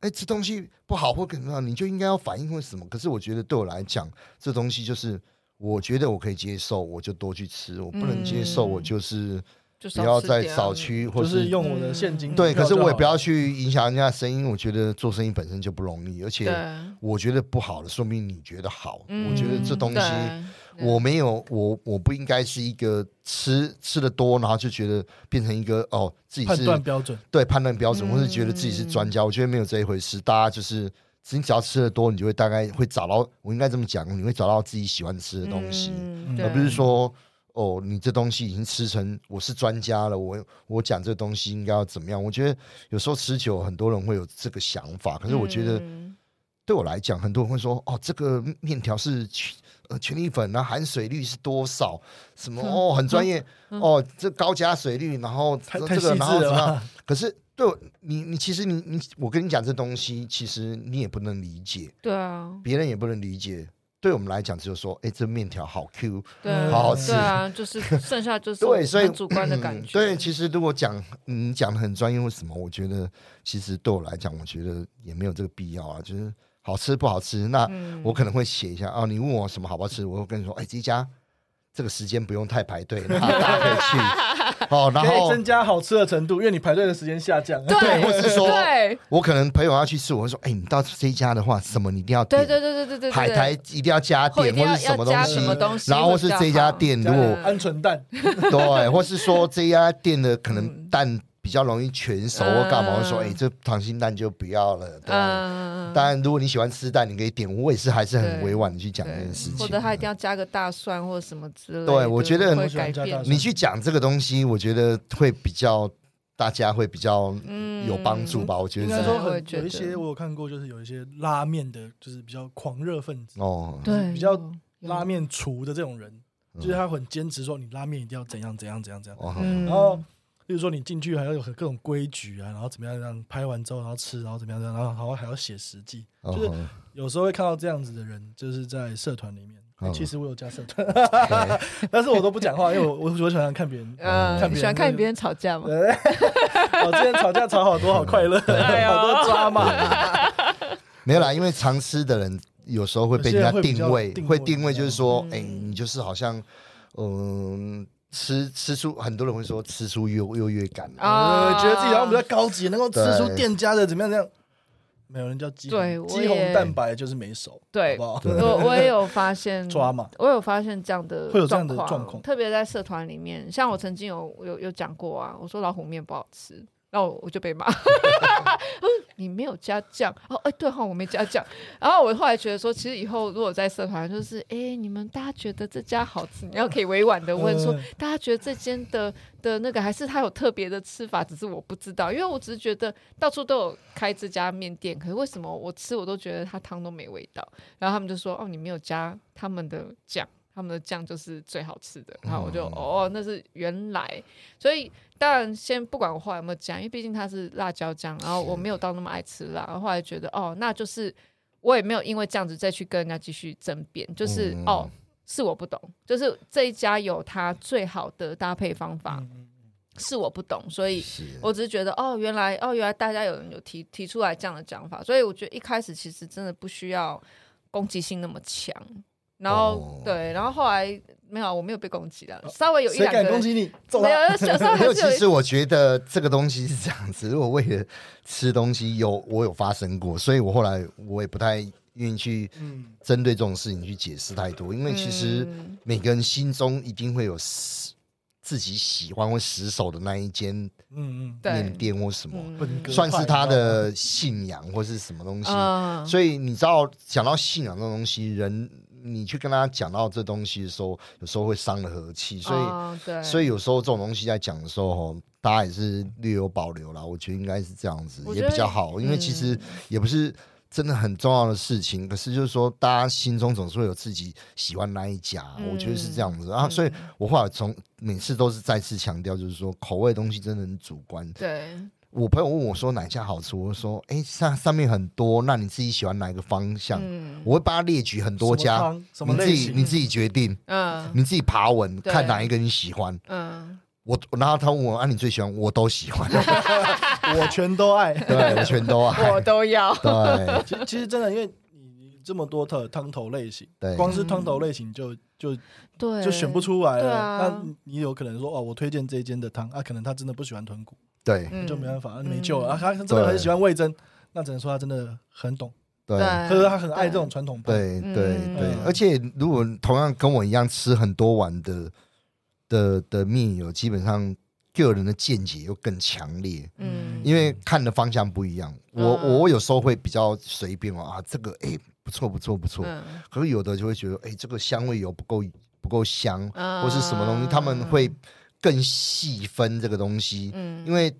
Speaker 1: 哎、这东西不好或怎么样，你就应该要反应或什么。可是我觉得对我来讲，这东西就是我觉得我可以接受，我就多去吃；我不能接受，
Speaker 2: 嗯
Speaker 1: 我就是
Speaker 2: 就
Speaker 1: 不
Speaker 2: 少
Speaker 1: 要
Speaker 2: 吃
Speaker 1: 再
Speaker 2: 点啊
Speaker 1: 少去，或
Speaker 3: 就是是用我的现金
Speaker 1: 对。可是我也不要
Speaker 3: 去
Speaker 1: 去影响人家的声音。我觉得做生意本身就不容易，而
Speaker 2: 对
Speaker 1: 且，我觉得不好的，说明你觉得好。我觉得这
Speaker 2: 嗯
Speaker 1: 东西。
Speaker 2: 对
Speaker 1: 我没有，我我不应该是一个吃吃的多，然后就觉得变成一个哦自己
Speaker 3: 判
Speaker 1: 是
Speaker 3: 断标准，
Speaker 1: 对判断标准，
Speaker 2: 嗯
Speaker 1: 或是觉得自己是专家，我觉得没有这一回事。大家就是，只你只要吃的多，你就会大概会找到，我应该这么讲，你会找到自己喜欢吃的东西，
Speaker 2: 嗯
Speaker 1: 而不是
Speaker 2: 对
Speaker 1: 说哦，你这东西已经吃成我是专家了，我我讲这东西应该要怎么样？我觉得有时候吃久，很多人会有这个想法，可是我觉得
Speaker 2: 嗯
Speaker 1: 对我来讲，很多人会说哦，这个面条是全呃全粒粉，然后含水率是多少？什么哦，很专业哦，这高加水率，然后
Speaker 3: 太
Speaker 1: 这
Speaker 3: 太
Speaker 1: 这个
Speaker 3: 细致
Speaker 1: 然后怎
Speaker 3: 了
Speaker 1: 么样？
Speaker 3: 吧？
Speaker 1: 可是对我，你你其实你你，我跟你讲这东西，其实你也不能理解，
Speaker 2: 对啊，
Speaker 1: 别人也不能理解。对我们来讲，只有说，哎，这面条好 Q。
Speaker 3: 嗯
Speaker 2: 对啊，
Speaker 1: 好好吃
Speaker 2: 对啊，就是剩下就是
Speaker 1: 对所以
Speaker 2: 很主观的感
Speaker 1: 嗯
Speaker 2: 觉，
Speaker 1: 对，其实如果讲你讲的很专业或什么，我觉得其实对我来讲，我觉得也没有这个必要啊。就是好吃不好吃，那
Speaker 2: 嗯
Speaker 1: 我可能会写一下啊。你问我什么好不好吃，我会跟你说，哎，这一家这个时间不用太排 队，大家可以去哦。然
Speaker 3: 可以
Speaker 1: 后
Speaker 3: 增加好吃的程度，因为你排队的时间下降。啊
Speaker 2: 对，
Speaker 1: 对或是说
Speaker 2: 对
Speaker 1: 我可能朋友要去吃，我会说，哎，你到这一家的话，什么你一定要
Speaker 2: 对
Speaker 1: 点。
Speaker 2: 对对对对对，
Speaker 1: 海
Speaker 2: 对
Speaker 1: 苔一定要加
Speaker 2: 或一
Speaker 1: 点，
Speaker 2: 定要
Speaker 1: 是什么
Speaker 2: 要
Speaker 1: 东
Speaker 2: 加
Speaker 1: 西
Speaker 2: 什么东，西
Speaker 1: 然后
Speaker 2: 会
Speaker 1: 或
Speaker 2: 比
Speaker 1: 是
Speaker 2: 较
Speaker 1: 这家
Speaker 2: 好
Speaker 1: 店如
Speaker 3: 加
Speaker 1: 果
Speaker 3: 鹌鹑蛋，
Speaker 1: 对，或是说这家店的可能
Speaker 2: 嗯
Speaker 1: 蛋比较容易全熟或干嘛，
Speaker 2: 嗯
Speaker 1: 我说哎、这溏心蛋就不要了。对吧
Speaker 2: 嗯，
Speaker 1: 当然，如果你喜欢吃蛋，你可以点，我也是还是很委婉的去讲这
Speaker 2: 嗯对
Speaker 1: 件事情。
Speaker 2: 或者他一定要加个大蒜或什么之类的。
Speaker 1: 对我觉得
Speaker 2: 会
Speaker 3: 我喜欢
Speaker 2: 改
Speaker 3: 加大
Speaker 2: 变
Speaker 3: 蒜。
Speaker 1: 你去讲这个东西，我觉得会比较大家会比较
Speaker 2: 嗯
Speaker 1: 有帮助吧。我觉
Speaker 3: 应
Speaker 1: 得
Speaker 3: 该
Speaker 1: 是
Speaker 3: 说
Speaker 2: 我也
Speaker 3: 很
Speaker 2: 觉
Speaker 3: 有一
Speaker 2: 得
Speaker 3: 些我有看过，就是有一些拉面的，就是比较狂热分子，
Speaker 1: 哦，
Speaker 2: 对，
Speaker 3: 比较
Speaker 2: 有
Speaker 3: 拉，面厨的这种人，
Speaker 1: 嗯
Speaker 3: 就是他很坚持说你拉面一定要怎样怎样怎样怎样。
Speaker 1: 哦
Speaker 2: 有嗯
Speaker 3: 然后，例如说你进去还要有各种规矩啊，然后怎么样怎么样，拍完之后然后吃，然后怎么样怎么样，然后然后还要写实际。
Speaker 1: 哦
Speaker 3: 就是有时候会看到这样子的人，就是在社团里面。欸
Speaker 1: 嗯
Speaker 3: 其实我有加社团， 但是我都不讲话，因为我我我喜欢看别 人。
Speaker 2: 嗯
Speaker 3: 看别人
Speaker 2: 你喜欢看别人吵架吗？
Speaker 3: 对我之前吵架吵好多，好快乐，
Speaker 2: 哎呦
Speaker 3: 好多抓嘛。
Speaker 1: 没有啦，因为常吃的人有时候会被人家定位
Speaker 3: 有些人会比，较
Speaker 1: 会定位就是说
Speaker 2: 嗯，
Speaker 1: 哎、你就是好像，嗯、吃吃出很多人会说吃出优优越感啊，
Speaker 3: 呃
Speaker 2: 啊，
Speaker 3: 觉得自己好像比较高级，能够吃出
Speaker 1: 对
Speaker 3: 店家的怎么样怎么样。没有人叫鸡
Speaker 2: 对
Speaker 3: 红，
Speaker 2: 我
Speaker 3: 鸡红
Speaker 2: 也
Speaker 3: 蛋白就是没熟，
Speaker 2: 对
Speaker 3: 好不好？
Speaker 2: 我我也有发现
Speaker 3: 抓嘛，
Speaker 2: 我有发现这样的
Speaker 3: 会有这样的状
Speaker 2: 状
Speaker 3: 况
Speaker 2: 特别在社团里面，像我曾经有有有讲过啊，我说老虎面不好吃，然后我我就被 骂，嗯你没有加酱哦，哎、对哈、我没加酱。然后我后来觉得说，其实以后如果在社团，就是哎、你们大家觉得这家好吃，你要可以委婉的问说，
Speaker 3: 嗯
Speaker 2: 大家觉得这间的的那个还是它有特别的吃法，只是我不知道，因为我只是觉得到处都有开这家面店，可是为什么我吃我都觉得它汤都没味道？然后他们就说：“哦，你没有加他们的酱，他们的酱就是最好吃的。”然后我就、哦，那是原来，所以当然先不管我后来有没有加，因为毕竟它是辣椒酱，然后我没有到那么爱吃辣，然后后来觉得哦，那就是我也没有因为这样子再去跟人家继续争辩，就是、
Speaker 1: 嗯
Speaker 2: 哦。是我不懂，就是这一家有它最好的搭配方法，是我不懂，所以
Speaker 1: 是
Speaker 2: 我只是觉得哦，原来哦，原来大家有人有提提出来这样的讲法，所以我觉得一开始其实真的不需要攻击性那么强。然后、
Speaker 1: 哦
Speaker 2: 对，然后后来没有啊，我没有被攻击了，稍微有一
Speaker 3: 谁
Speaker 2: 两个
Speaker 3: 敢
Speaker 2: 人
Speaker 3: 攻击你？走
Speaker 2: 没
Speaker 3: 了。
Speaker 2: 有，小时候
Speaker 1: 没
Speaker 2: 还
Speaker 1: 有，
Speaker 2: 是有
Speaker 1: 其
Speaker 2: 一
Speaker 1: 实我觉得这个东西是这样子，如果为了吃东西有我有发生过，所以我后来我也不太愿意去
Speaker 3: 嗯，
Speaker 1: 针对这种事情去解释太多，因为其实
Speaker 2: 嗯
Speaker 1: 每个人心中一定会有死自己喜欢或死守的那一间
Speaker 3: 嗯嗯，
Speaker 1: 面
Speaker 2: 对，
Speaker 1: 店或什么，
Speaker 3: 本格
Speaker 1: 算是他
Speaker 3: 派
Speaker 1: 的信仰或是什么东西。
Speaker 2: 嗯，
Speaker 1: 所以你知道，讲到信仰这种东西，人你去跟他讲到这东西的时候，有时候会伤了和气。所以，
Speaker 2: 嗯对，
Speaker 1: 所以有时候这种东西在讲的时候，哦大家也是略有保留啦。我觉得应该是这样子，
Speaker 2: 我觉
Speaker 1: 也
Speaker 2: 得嗯
Speaker 1: 比较好，因为其实也不是真的很重要的事情。可是就是说，大家心中总是会有自己喜欢那一家，
Speaker 2: 嗯
Speaker 1: 我觉得是这样子啊。所以我后来从每次都是再次强调，就是说口味的东西真的很主观。
Speaker 2: 对，
Speaker 1: 我朋友问我说哪一家好吃，我就说哎、上上面很多，那你自己喜欢哪一个方向？
Speaker 2: 嗯
Speaker 1: 我会帮他列举很多
Speaker 3: 什么
Speaker 1: 家，
Speaker 3: 汤什么
Speaker 1: 你自
Speaker 3: 类
Speaker 1: 己
Speaker 3: 型？
Speaker 1: 你自己决定，
Speaker 2: 嗯
Speaker 1: 你自己爬文
Speaker 2: 对
Speaker 1: 看哪一个你喜欢。
Speaker 2: 嗯，
Speaker 1: 我然后他问我啊，你最喜欢？我都喜欢，
Speaker 3: 我全都 爱。
Speaker 1: 对我全都爱，
Speaker 2: 我都要，
Speaker 1: 对
Speaker 3: 其其实真的，因为你你这么多的汤头类型，
Speaker 1: 对，
Speaker 3: 光是汤头类型就就
Speaker 2: 对，
Speaker 3: 就选不，出来
Speaker 2: 对
Speaker 3: 了。
Speaker 2: 啊
Speaker 3: 那你有可能说哦，我推荐这一间的汤啊，可能他真的不喜欢豚骨，
Speaker 1: 对
Speaker 2: 嗯
Speaker 3: 就没办法，
Speaker 2: 嗯
Speaker 3: 没救了。啊，他真的很喜欢味增，那只能说他真的很懂，
Speaker 1: 对
Speaker 2: 对，
Speaker 3: 就是他很爱这种传统派。
Speaker 1: 对对
Speaker 2: 嗯
Speaker 1: 对
Speaker 3: 嗯，
Speaker 1: 而且如果同样跟我一样吃很多碗的的的面友，基本上个人的见解又更强烈。
Speaker 2: 嗯，
Speaker 1: 因为看的方向不一样，我、
Speaker 2: 嗯
Speaker 1: 我有时候会比较随便哦啊，这个哎、不错不错不错，
Speaker 2: 嗯
Speaker 1: 可是有的就会觉得哎、这个香味油不够不够香，
Speaker 2: 嗯
Speaker 1: 或是什么东西，他们会更细分这个东西，
Speaker 2: 嗯
Speaker 1: 因为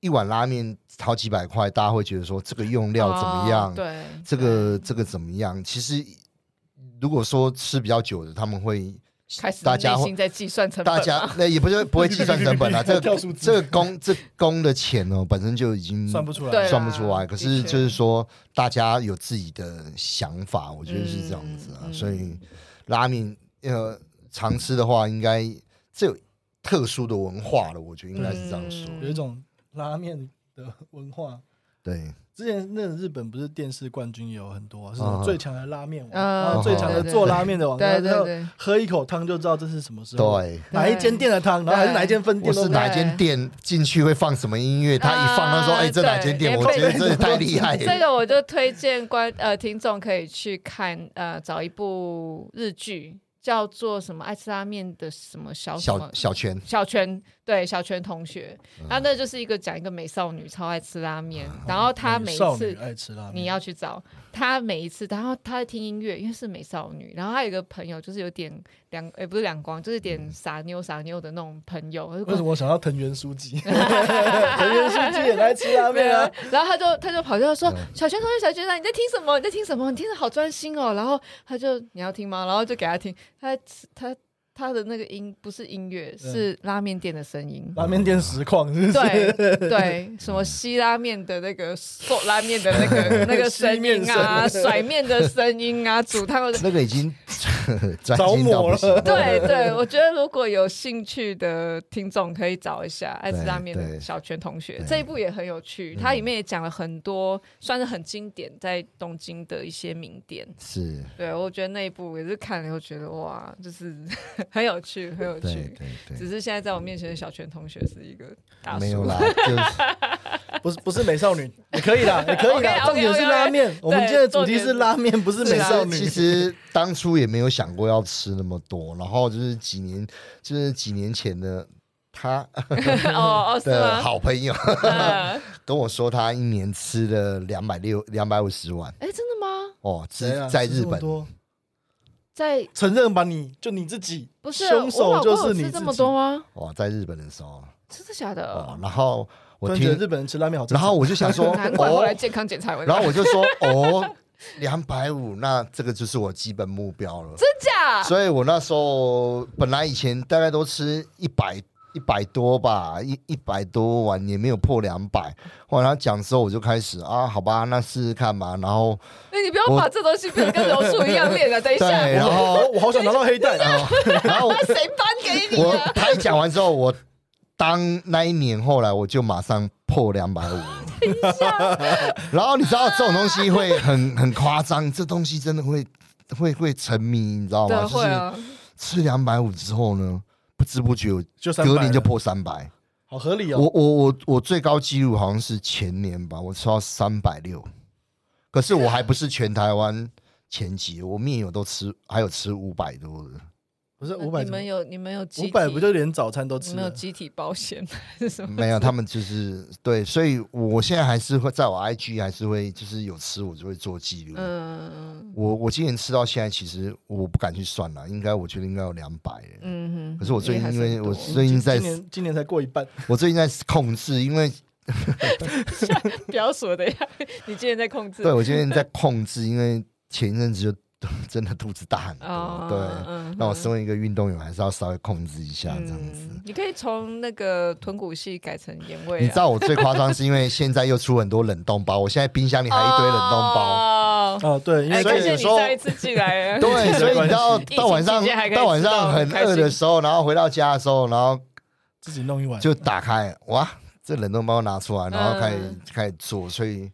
Speaker 1: 一碗拉面好几百块，大家会觉得说这个用料怎么样，
Speaker 2: 哦对，
Speaker 1: 这个这个怎么样？其实如果说吃比较久的，他们会
Speaker 2: 开始
Speaker 1: 大家
Speaker 2: 内
Speaker 1: 会
Speaker 2: 心在计算成本
Speaker 1: 大
Speaker 2: 啊嘛，
Speaker 1: 家那也不是不会计算成本 啊，这
Speaker 3: 跳
Speaker 1: 个
Speaker 3: 数字
Speaker 1: 这个工这工的钱哦，本身就已经
Speaker 3: 算不出来，
Speaker 2: 对啊
Speaker 1: 算不出来。可是
Speaker 2: 的确
Speaker 1: 就是说，大家有自己的想法，我觉得是这样子啊。
Speaker 2: 嗯嗯
Speaker 1: 所以拉面呃常吃的话，应该这有特殊的文化了，我觉得应该是这样说。
Speaker 2: 嗯
Speaker 3: 有一种拉面的文化。
Speaker 1: 对，
Speaker 3: 之前那个日本不是电视冠军也有很多、啊，是什
Speaker 1: 嗯
Speaker 3: 么最强的拉面王，
Speaker 2: 嗯
Speaker 3: 然后最强的做拉面的王，
Speaker 2: 对
Speaker 3: 然
Speaker 2: 对
Speaker 3: 后
Speaker 2: 对，
Speaker 3: 喝一口汤就知道这是什么时候，
Speaker 1: 对。
Speaker 3: 哪一间店的汤，然后还是哪一间分
Speaker 1: 我
Speaker 3: 店都
Speaker 1: 是
Speaker 3: 不知道
Speaker 1: 哪一间店进去会放什么音乐？他一放，他说：“
Speaker 2: 啊
Speaker 1: 哎，这哪间店？”
Speaker 2: 对
Speaker 1: 我觉得这也太厉
Speaker 3: 哎
Speaker 1: 害
Speaker 2: 这
Speaker 1: 了。
Speaker 2: 个我就推荐观呃听众可以去看呃找一部日剧，叫做什么爱吃拉面的什么小什
Speaker 1: 小
Speaker 2: 么
Speaker 1: 小泉，
Speaker 2: 小泉，对小泉同学，
Speaker 3: 嗯
Speaker 2: 他那就是一个讲一个美少女超爱吃拉面，然后她
Speaker 3: 啊美
Speaker 2: 每一
Speaker 3: 少
Speaker 2: 次
Speaker 3: 女哎爱吃拉面，
Speaker 2: 你要去找她每一次，然后她在听音乐，因为是美少女，然后她有一个朋友就是有点两，也、不是两光，就是点傻妞傻妞的那种朋友，
Speaker 3: 嗯为什么我想到藤原 书记？藤原书记也来吃拉面啊！
Speaker 2: 然后他就他就跑掉说：“小泉同学，小泉同学，你在听什么？你在听什么？你听的好专心哦。”然后他就你要听吗？然后就给他听，他他他的那个音不是音乐，是拉面店的声音。
Speaker 3: 拉面店实况是不是？
Speaker 2: 对对，什么吸拉面的那个手拉面的那 个那个声音啊，甩面的声音啊，煮汤的。
Speaker 1: 那个已经 专
Speaker 3: 着
Speaker 1: 心到
Speaker 3: 魔
Speaker 1: 不
Speaker 3: 了
Speaker 1: 行。
Speaker 2: 对对，我觉得如果有兴趣的听众可以找一下爱吃拉面
Speaker 1: 对
Speaker 2: 的小泉同学
Speaker 1: 对嗯
Speaker 2: 这一部也很有趣，它里面也讲了很多算是很经典在东京的一些名店。
Speaker 1: 是，
Speaker 2: 对我觉得那一部也是看了以后觉得哇，就是 很有趣，很有
Speaker 1: 对
Speaker 2: 趣。
Speaker 1: 对对，
Speaker 2: 只是现在在我面前的小泉同学是一个大叔，
Speaker 1: 没有啦，就是
Speaker 3: 不是不是美少女，也可以 啦，也可以
Speaker 2: OK，OK，OK，
Speaker 3: 啦。重点是拉面，我们今天的
Speaker 2: 重
Speaker 3: 主题
Speaker 2: 点
Speaker 3: 是
Speaker 2: 是
Speaker 3: 拉面，不是美
Speaker 2: 对啊
Speaker 3: 少
Speaker 1: 其
Speaker 3: 女。
Speaker 1: 实当初也没有想过要吃那么多，然后就是几年，就是几年前的他
Speaker 2: 哦哦是
Speaker 1: 的
Speaker 2: 吗？
Speaker 1: 好朋友
Speaker 2: 嗯
Speaker 1: 跟我说，他一年吃了两百六两百五十万
Speaker 2: 哎，真的吗？
Speaker 1: 哦，只
Speaker 3: 谁啊
Speaker 1: 在
Speaker 3: 吃这
Speaker 1: 日
Speaker 3: 么
Speaker 1: 本
Speaker 3: 多
Speaker 2: 在
Speaker 3: 承认吧你，就你自己，
Speaker 2: 不是
Speaker 3: 凶
Speaker 2: 我
Speaker 3: 手
Speaker 2: 老
Speaker 3: 就
Speaker 2: 公有
Speaker 3: 是你
Speaker 2: 吃
Speaker 3: 自
Speaker 2: 这么
Speaker 3: 己
Speaker 2: 多。吗？
Speaker 1: 哦，在日本的时候
Speaker 2: 真的假
Speaker 1: 哦
Speaker 2: 的，？
Speaker 1: 然后
Speaker 3: 啊突
Speaker 1: 我
Speaker 3: 然觉得
Speaker 1: 听，
Speaker 3: 日本人吃拉面好正
Speaker 1: 然
Speaker 3: 常，
Speaker 1: 后我就想 说，
Speaker 2: 难怪后来
Speaker 1: 哦，
Speaker 2: 健康检查有问题，
Speaker 1: 然后我就说，哦，两百五，那这个就是我基本目标了。
Speaker 2: 真 假？
Speaker 1: 所以我那时候本来以前大概都吃一百一百多吧，一一百多碗也没有破两百。后来他讲之后，我就开始啊，好吧，那试试看吧。然 后
Speaker 2: 那哎你不要把这东西变得跟柔术一样 练了。等一
Speaker 1: 对，
Speaker 2: 下，
Speaker 1: 然后
Speaker 3: 我我好想拿到黑 带，
Speaker 1: 哦然后
Speaker 2: 谁颁给你啊
Speaker 1: 我
Speaker 2: 的？
Speaker 1: 他一讲完之后，我当那一年后来我就马上破两百五。 然后你知道这种东西会很很夸张，这东西真的会会会沉迷，你知道
Speaker 2: 对，
Speaker 1: 吗？
Speaker 2: 会
Speaker 1: 就是
Speaker 2: 啊，
Speaker 1: 吃两百五之后呢，不知不觉我
Speaker 3: 就三
Speaker 1: 隔年就破三百。
Speaker 3: 好合理哦。
Speaker 1: 我我我我最高纪录好像是前年吧，我吃到三百六，可是我还不是全台湾前几，我面友都吃，还有吃五百多的。
Speaker 3: 不是五百
Speaker 2: 你，们有你们有集
Speaker 3: 五
Speaker 2: 体
Speaker 3: 百不就连早餐都
Speaker 2: 你
Speaker 3: 吃
Speaker 2: 们有
Speaker 3: 了？
Speaker 2: 集体保险 还是什么？
Speaker 1: 没有，他们就是对，所以我现在还是会在我 IG 还是会就是有吃，我就会做记录。
Speaker 2: 嗯
Speaker 1: 我我今年吃到现在，其实我不敢去算了，应该我觉得应该有两百。
Speaker 2: 嗯哼
Speaker 1: 可是我最近因为我
Speaker 2: 是
Speaker 1: 最近在
Speaker 3: 今年今年才过一半，
Speaker 1: 我最近在控制，因为
Speaker 2: 不要说的呀， 你今天在控制
Speaker 1: 对我今天在控制，因为前一阵子就 真的肚子大很
Speaker 2: 哦
Speaker 1: 多，对。
Speaker 2: 嗯
Speaker 1: 那我身为一个运动员，还是要稍微控制一下这样子。啊
Speaker 2: 嗯你可以从那个臀骨系改成盐味啊，
Speaker 1: 你知道我最夸张是因为现在又出很多冷冻包，我现在冰箱里还有一堆冷冻包。
Speaker 2: 哦
Speaker 3: 哦，对，因
Speaker 2: 哎，
Speaker 3: 为
Speaker 1: 所以
Speaker 2: 感
Speaker 1: 有
Speaker 2: 谢你
Speaker 1: 时候
Speaker 2: 上一次进来啊，
Speaker 1: 对，所以你到
Speaker 2: 系
Speaker 1: 到晚上
Speaker 2: 疫情期间还可以
Speaker 1: 到晚
Speaker 2: 吃到
Speaker 1: 上很
Speaker 2: 很开心
Speaker 1: 饿的时候，然后回到家的时候，然后
Speaker 3: 自己弄一碗，
Speaker 1: 就打开，哇，这冷冻包拿出来，然后开始、
Speaker 2: 嗯
Speaker 1: 开始做，所以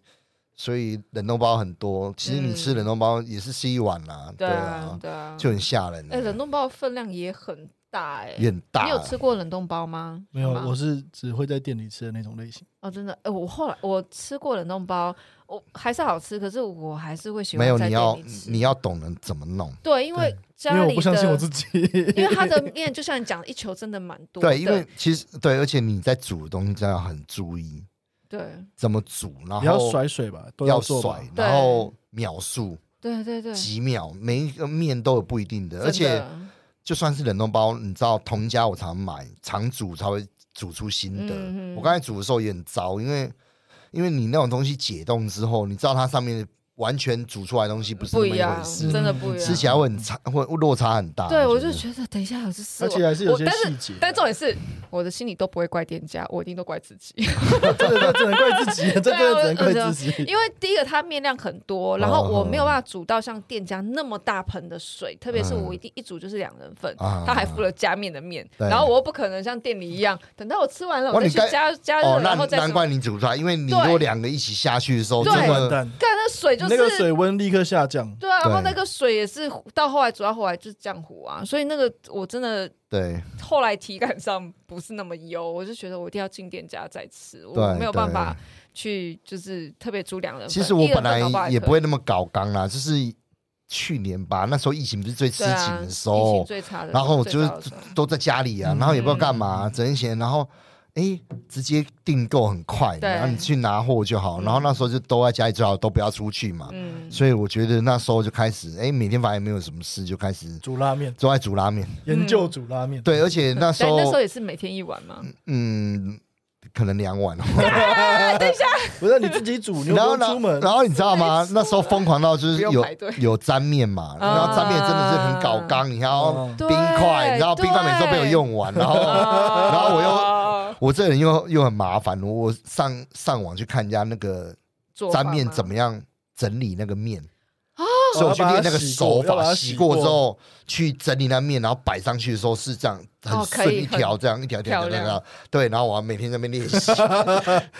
Speaker 1: 所以冷冻包很多。其实你
Speaker 2: 嗯
Speaker 1: 吃冷冻包也是吃一碗啦， 对
Speaker 2: 对啊
Speaker 1: 啊，
Speaker 2: 对啊，
Speaker 1: 就很吓人的，
Speaker 2: 哎，冷冻包分量也很大哎，
Speaker 1: 也很大。
Speaker 2: 你有吃过冷冻包吗？
Speaker 3: 没有，
Speaker 2: 吗
Speaker 3: 我是只会在店里吃的那种类型。
Speaker 2: 哦，真的，哎、我后来我吃过冷冻包，我还是好吃，可是我还是会喜
Speaker 1: 没有？
Speaker 2: 欢在
Speaker 1: 你
Speaker 2: 店
Speaker 1: 要
Speaker 2: 里吃。
Speaker 1: 你要懂得怎么弄。
Speaker 2: 对，因为
Speaker 3: 对因
Speaker 2: 家
Speaker 3: 为
Speaker 2: 里
Speaker 3: 我
Speaker 2: 的，
Speaker 3: 不相信我自己。
Speaker 2: 因为它的面就像你讲的，一球真的蛮多的。
Speaker 1: 对，因为其实对，而且你在煮的东西真的要很注意
Speaker 2: 对
Speaker 1: 怎么煮，然
Speaker 3: 你要
Speaker 1: 后
Speaker 3: 甩水吧，都
Speaker 1: 要
Speaker 3: 做吧
Speaker 1: 甩，然后秒数
Speaker 2: 对对对，
Speaker 1: 几秒，每一个面都有不一定的，而
Speaker 2: 真
Speaker 1: 且
Speaker 2: 的
Speaker 1: 就算是冷冻包，你知道同家我常买，常煮才会煮出新的。
Speaker 2: 嗯嗯
Speaker 1: 我刚才煮的时候也很糟，因为因为你那种东西解冻之后，你知道它上面完全煮出来的东西不是
Speaker 2: 不
Speaker 1: 那
Speaker 2: 一
Speaker 1: 么一回
Speaker 2: 样，
Speaker 1: 事，
Speaker 2: 真的不一样。
Speaker 1: 吃起来会很差，会会落差很大。
Speaker 2: 对，我
Speaker 1: 觉
Speaker 2: 就
Speaker 1: 得
Speaker 2: 觉得等一下有这事
Speaker 3: 而且
Speaker 2: 我。
Speaker 3: 还是有
Speaker 2: 我
Speaker 3: 些
Speaker 2: 但
Speaker 3: 细
Speaker 2: 是
Speaker 3: 节。
Speaker 2: 但重点是，我的心里都不会怪店家，我一定都怪自己。
Speaker 3: 真的只能怪自己，这
Speaker 2: 对啊
Speaker 3: 真的只能
Speaker 2: 我
Speaker 3: 怪自己。
Speaker 2: 因为第一个它面量很多，然后
Speaker 1: 嗯
Speaker 2: 我没有办法煮到像店家那么大盆的水，特别
Speaker 1: 嗯
Speaker 2: 是我一定一煮就是两人份，
Speaker 1: 啊
Speaker 2: 他还附了加面的面，
Speaker 1: 对
Speaker 2: 然后我又不可能像店里一样，等到我吃完了
Speaker 1: 哇
Speaker 2: 我再
Speaker 1: 你
Speaker 2: 去
Speaker 1: 该
Speaker 2: 加加热，
Speaker 1: 哦，那
Speaker 2: 然后再
Speaker 1: 难
Speaker 2: 什么
Speaker 1: 怪你煮出来，因为你
Speaker 2: 对
Speaker 1: 如果两个一起下去的时候，
Speaker 2: 对
Speaker 1: 真
Speaker 3: 完
Speaker 1: 的
Speaker 3: 蛋，
Speaker 2: 干那水就
Speaker 3: 那个
Speaker 2: 是。
Speaker 3: 水温立刻下降。
Speaker 2: 对啊，然后
Speaker 1: 对
Speaker 2: 那个水也是到后来煮到后来就是浆糊啊，所以那个我真的
Speaker 1: 对
Speaker 2: 后来体感上不是那么优，我就觉得我一定要进店家再吃，我
Speaker 1: 对
Speaker 2: 没有办
Speaker 1: 对
Speaker 2: 法去就是特别煮两人份。
Speaker 1: 其实我
Speaker 2: 呃一
Speaker 1: 本
Speaker 2: 人份搞好
Speaker 1: 来
Speaker 2: 还
Speaker 1: 也
Speaker 2: 可
Speaker 1: 不会那么搞刚啦，就是去年吧，那时候疫情不是最吃
Speaker 2: 对啊，
Speaker 1: 紧的时
Speaker 2: 疫
Speaker 1: 候，
Speaker 2: 情最嗯差的，
Speaker 1: 然后
Speaker 2: 最
Speaker 1: 就是
Speaker 2: 糟的时候
Speaker 1: 都在家里啊，然后也不知道干嘛，整天闲，然后哎，直接订购很快，
Speaker 2: 对
Speaker 1: 然后你去拿货就好。然后那时候就都在家里，最好都不要出去嘛。
Speaker 2: 嗯，
Speaker 1: 所以我觉得那时候就开始，哎，每天反正也没有什么事，就开始
Speaker 3: 煮拉面，
Speaker 1: 都在煮拉面。
Speaker 3: 研究煮拉面，
Speaker 1: 对，而且那时
Speaker 2: 但那时候
Speaker 1: 候，
Speaker 2: 也是每天一 碗嘛，
Speaker 1: 嗯，可能两碗。哦
Speaker 3: 不是你自己煮，你又
Speaker 1: 然后
Speaker 3: 不
Speaker 1: 呢
Speaker 3: 用出门，
Speaker 1: 然后你知道 吗？那时候疯狂到就是
Speaker 2: 不用
Speaker 1: 有
Speaker 2: 排队哦
Speaker 1: 有沾面嘛，然后沾面真的是很搞刚，你看哦
Speaker 3: 嗯
Speaker 1: 冰块，你知道
Speaker 2: 对
Speaker 1: 冰块每次都被我用完，然后然后我又。
Speaker 2: 又
Speaker 1: 我这人又又很麻烦，我上上网去看人家那个沾面怎
Speaker 2: 么
Speaker 1: 么样整理那个面，
Speaker 3: 哦
Speaker 1: 所以我去
Speaker 3: 要把它
Speaker 1: 练那个
Speaker 3: 洗
Speaker 1: 手
Speaker 3: 过要把
Speaker 1: 法，
Speaker 3: 它
Speaker 1: 洗
Speaker 3: 洗
Speaker 1: 过
Speaker 3: 过
Speaker 1: 之后去整理那面，然后摆上去的时候是这样很
Speaker 2: 哦可以
Speaker 1: 顺一条，
Speaker 2: 很
Speaker 1: 这样一条一条一条
Speaker 2: 漂
Speaker 1: 一条一
Speaker 2: 亮
Speaker 1: 条，对，然后我要每天在那边练习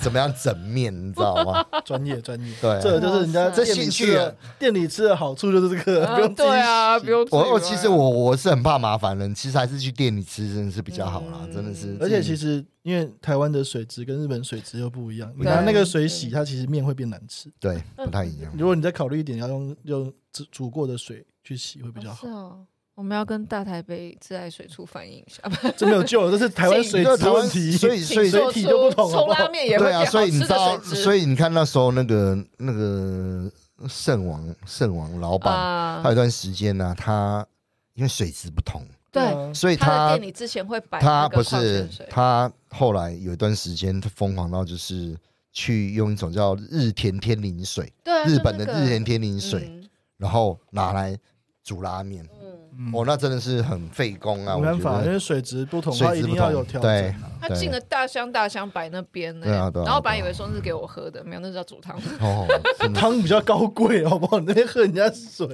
Speaker 1: 怎么样整面，你知道吗？
Speaker 3: 专业专业，
Speaker 1: 对
Speaker 3: 这就是人家
Speaker 2: 哇塞
Speaker 1: 这
Speaker 3: 店里
Speaker 1: 兴
Speaker 3: 吃
Speaker 1: 趣啊
Speaker 3: 的店里吃的好处就是这个， 不用自己
Speaker 2: 对啊，
Speaker 3: 洗
Speaker 2: 不用自己哦
Speaker 1: 我我哦
Speaker 2: 买
Speaker 1: 其实我我是很怕麻烦人，其实还是去店里吃真的是比较好啦，
Speaker 2: 嗯
Speaker 1: 真的是。
Speaker 3: 而且其
Speaker 1: 实
Speaker 3: 实因为台湾的水质跟日本水质又不一样，你
Speaker 1: 对
Speaker 3: 拿那个水洗，它其实面会变难吃。
Speaker 1: 对不太一样，
Speaker 3: 如果你再考虑一点，要用用煮煮过的水去洗会比较
Speaker 2: 哦
Speaker 3: 好
Speaker 2: 是。哦，我们要跟大台北自来水处反映一 下吧。
Speaker 3: 这没有救了，这是台湾水
Speaker 1: 因为
Speaker 3: 质
Speaker 1: 台湾
Speaker 3: 问题。
Speaker 1: 所以所以
Speaker 3: 水
Speaker 2: 做
Speaker 3: 体
Speaker 2: 出
Speaker 3: 就不同好
Speaker 2: 冲
Speaker 3: 不好
Speaker 2: 拉面也会
Speaker 1: 对
Speaker 2: 变
Speaker 1: 啊，所以你知道，所
Speaker 2: 以
Speaker 1: 以你看那时候那个那个圣王圣王老板，
Speaker 2: 啊
Speaker 1: 他有一段时间呢、他因为水质不同，
Speaker 2: 对，
Speaker 3: 啊
Speaker 1: 所以
Speaker 2: 他的
Speaker 1: 他
Speaker 2: 店里之前会摆
Speaker 1: 他
Speaker 2: 那
Speaker 1: 不
Speaker 2: 个矿
Speaker 1: 是
Speaker 2: 泉水
Speaker 1: 他后来有一段时间他疯狂到就是去用一种叫日田天灵水，
Speaker 2: 对啊
Speaker 1: 日本的
Speaker 2: 就那个
Speaker 1: 日田天灵水，
Speaker 2: 嗯
Speaker 1: 然后拿来煮拉面。
Speaker 3: 嗯
Speaker 1: 哦，那真的是很费工啊！我
Speaker 3: 没办
Speaker 1: 觉
Speaker 3: 法，因
Speaker 1: 得，
Speaker 3: 为水质不同，它
Speaker 1: 水
Speaker 3: 一
Speaker 1: 质不
Speaker 3: 定要
Speaker 1: 同，
Speaker 3: 有调
Speaker 1: 对
Speaker 3: 整。啊
Speaker 2: 他进了大箱大箱摆那边呢、
Speaker 1: 对啊对啊
Speaker 2: 然后本
Speaker 1: 对
Speaker 2: 来以
Speaker 1: 啊
Speaker 2: 为说是给我喝的，没有，那是要煮汤。
Speaker 1: 哦，真的
Speaker 3: 汤比较高贵，好不好？你那边喝人家水，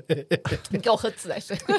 Speaker 2: 你给我喝自来 水，给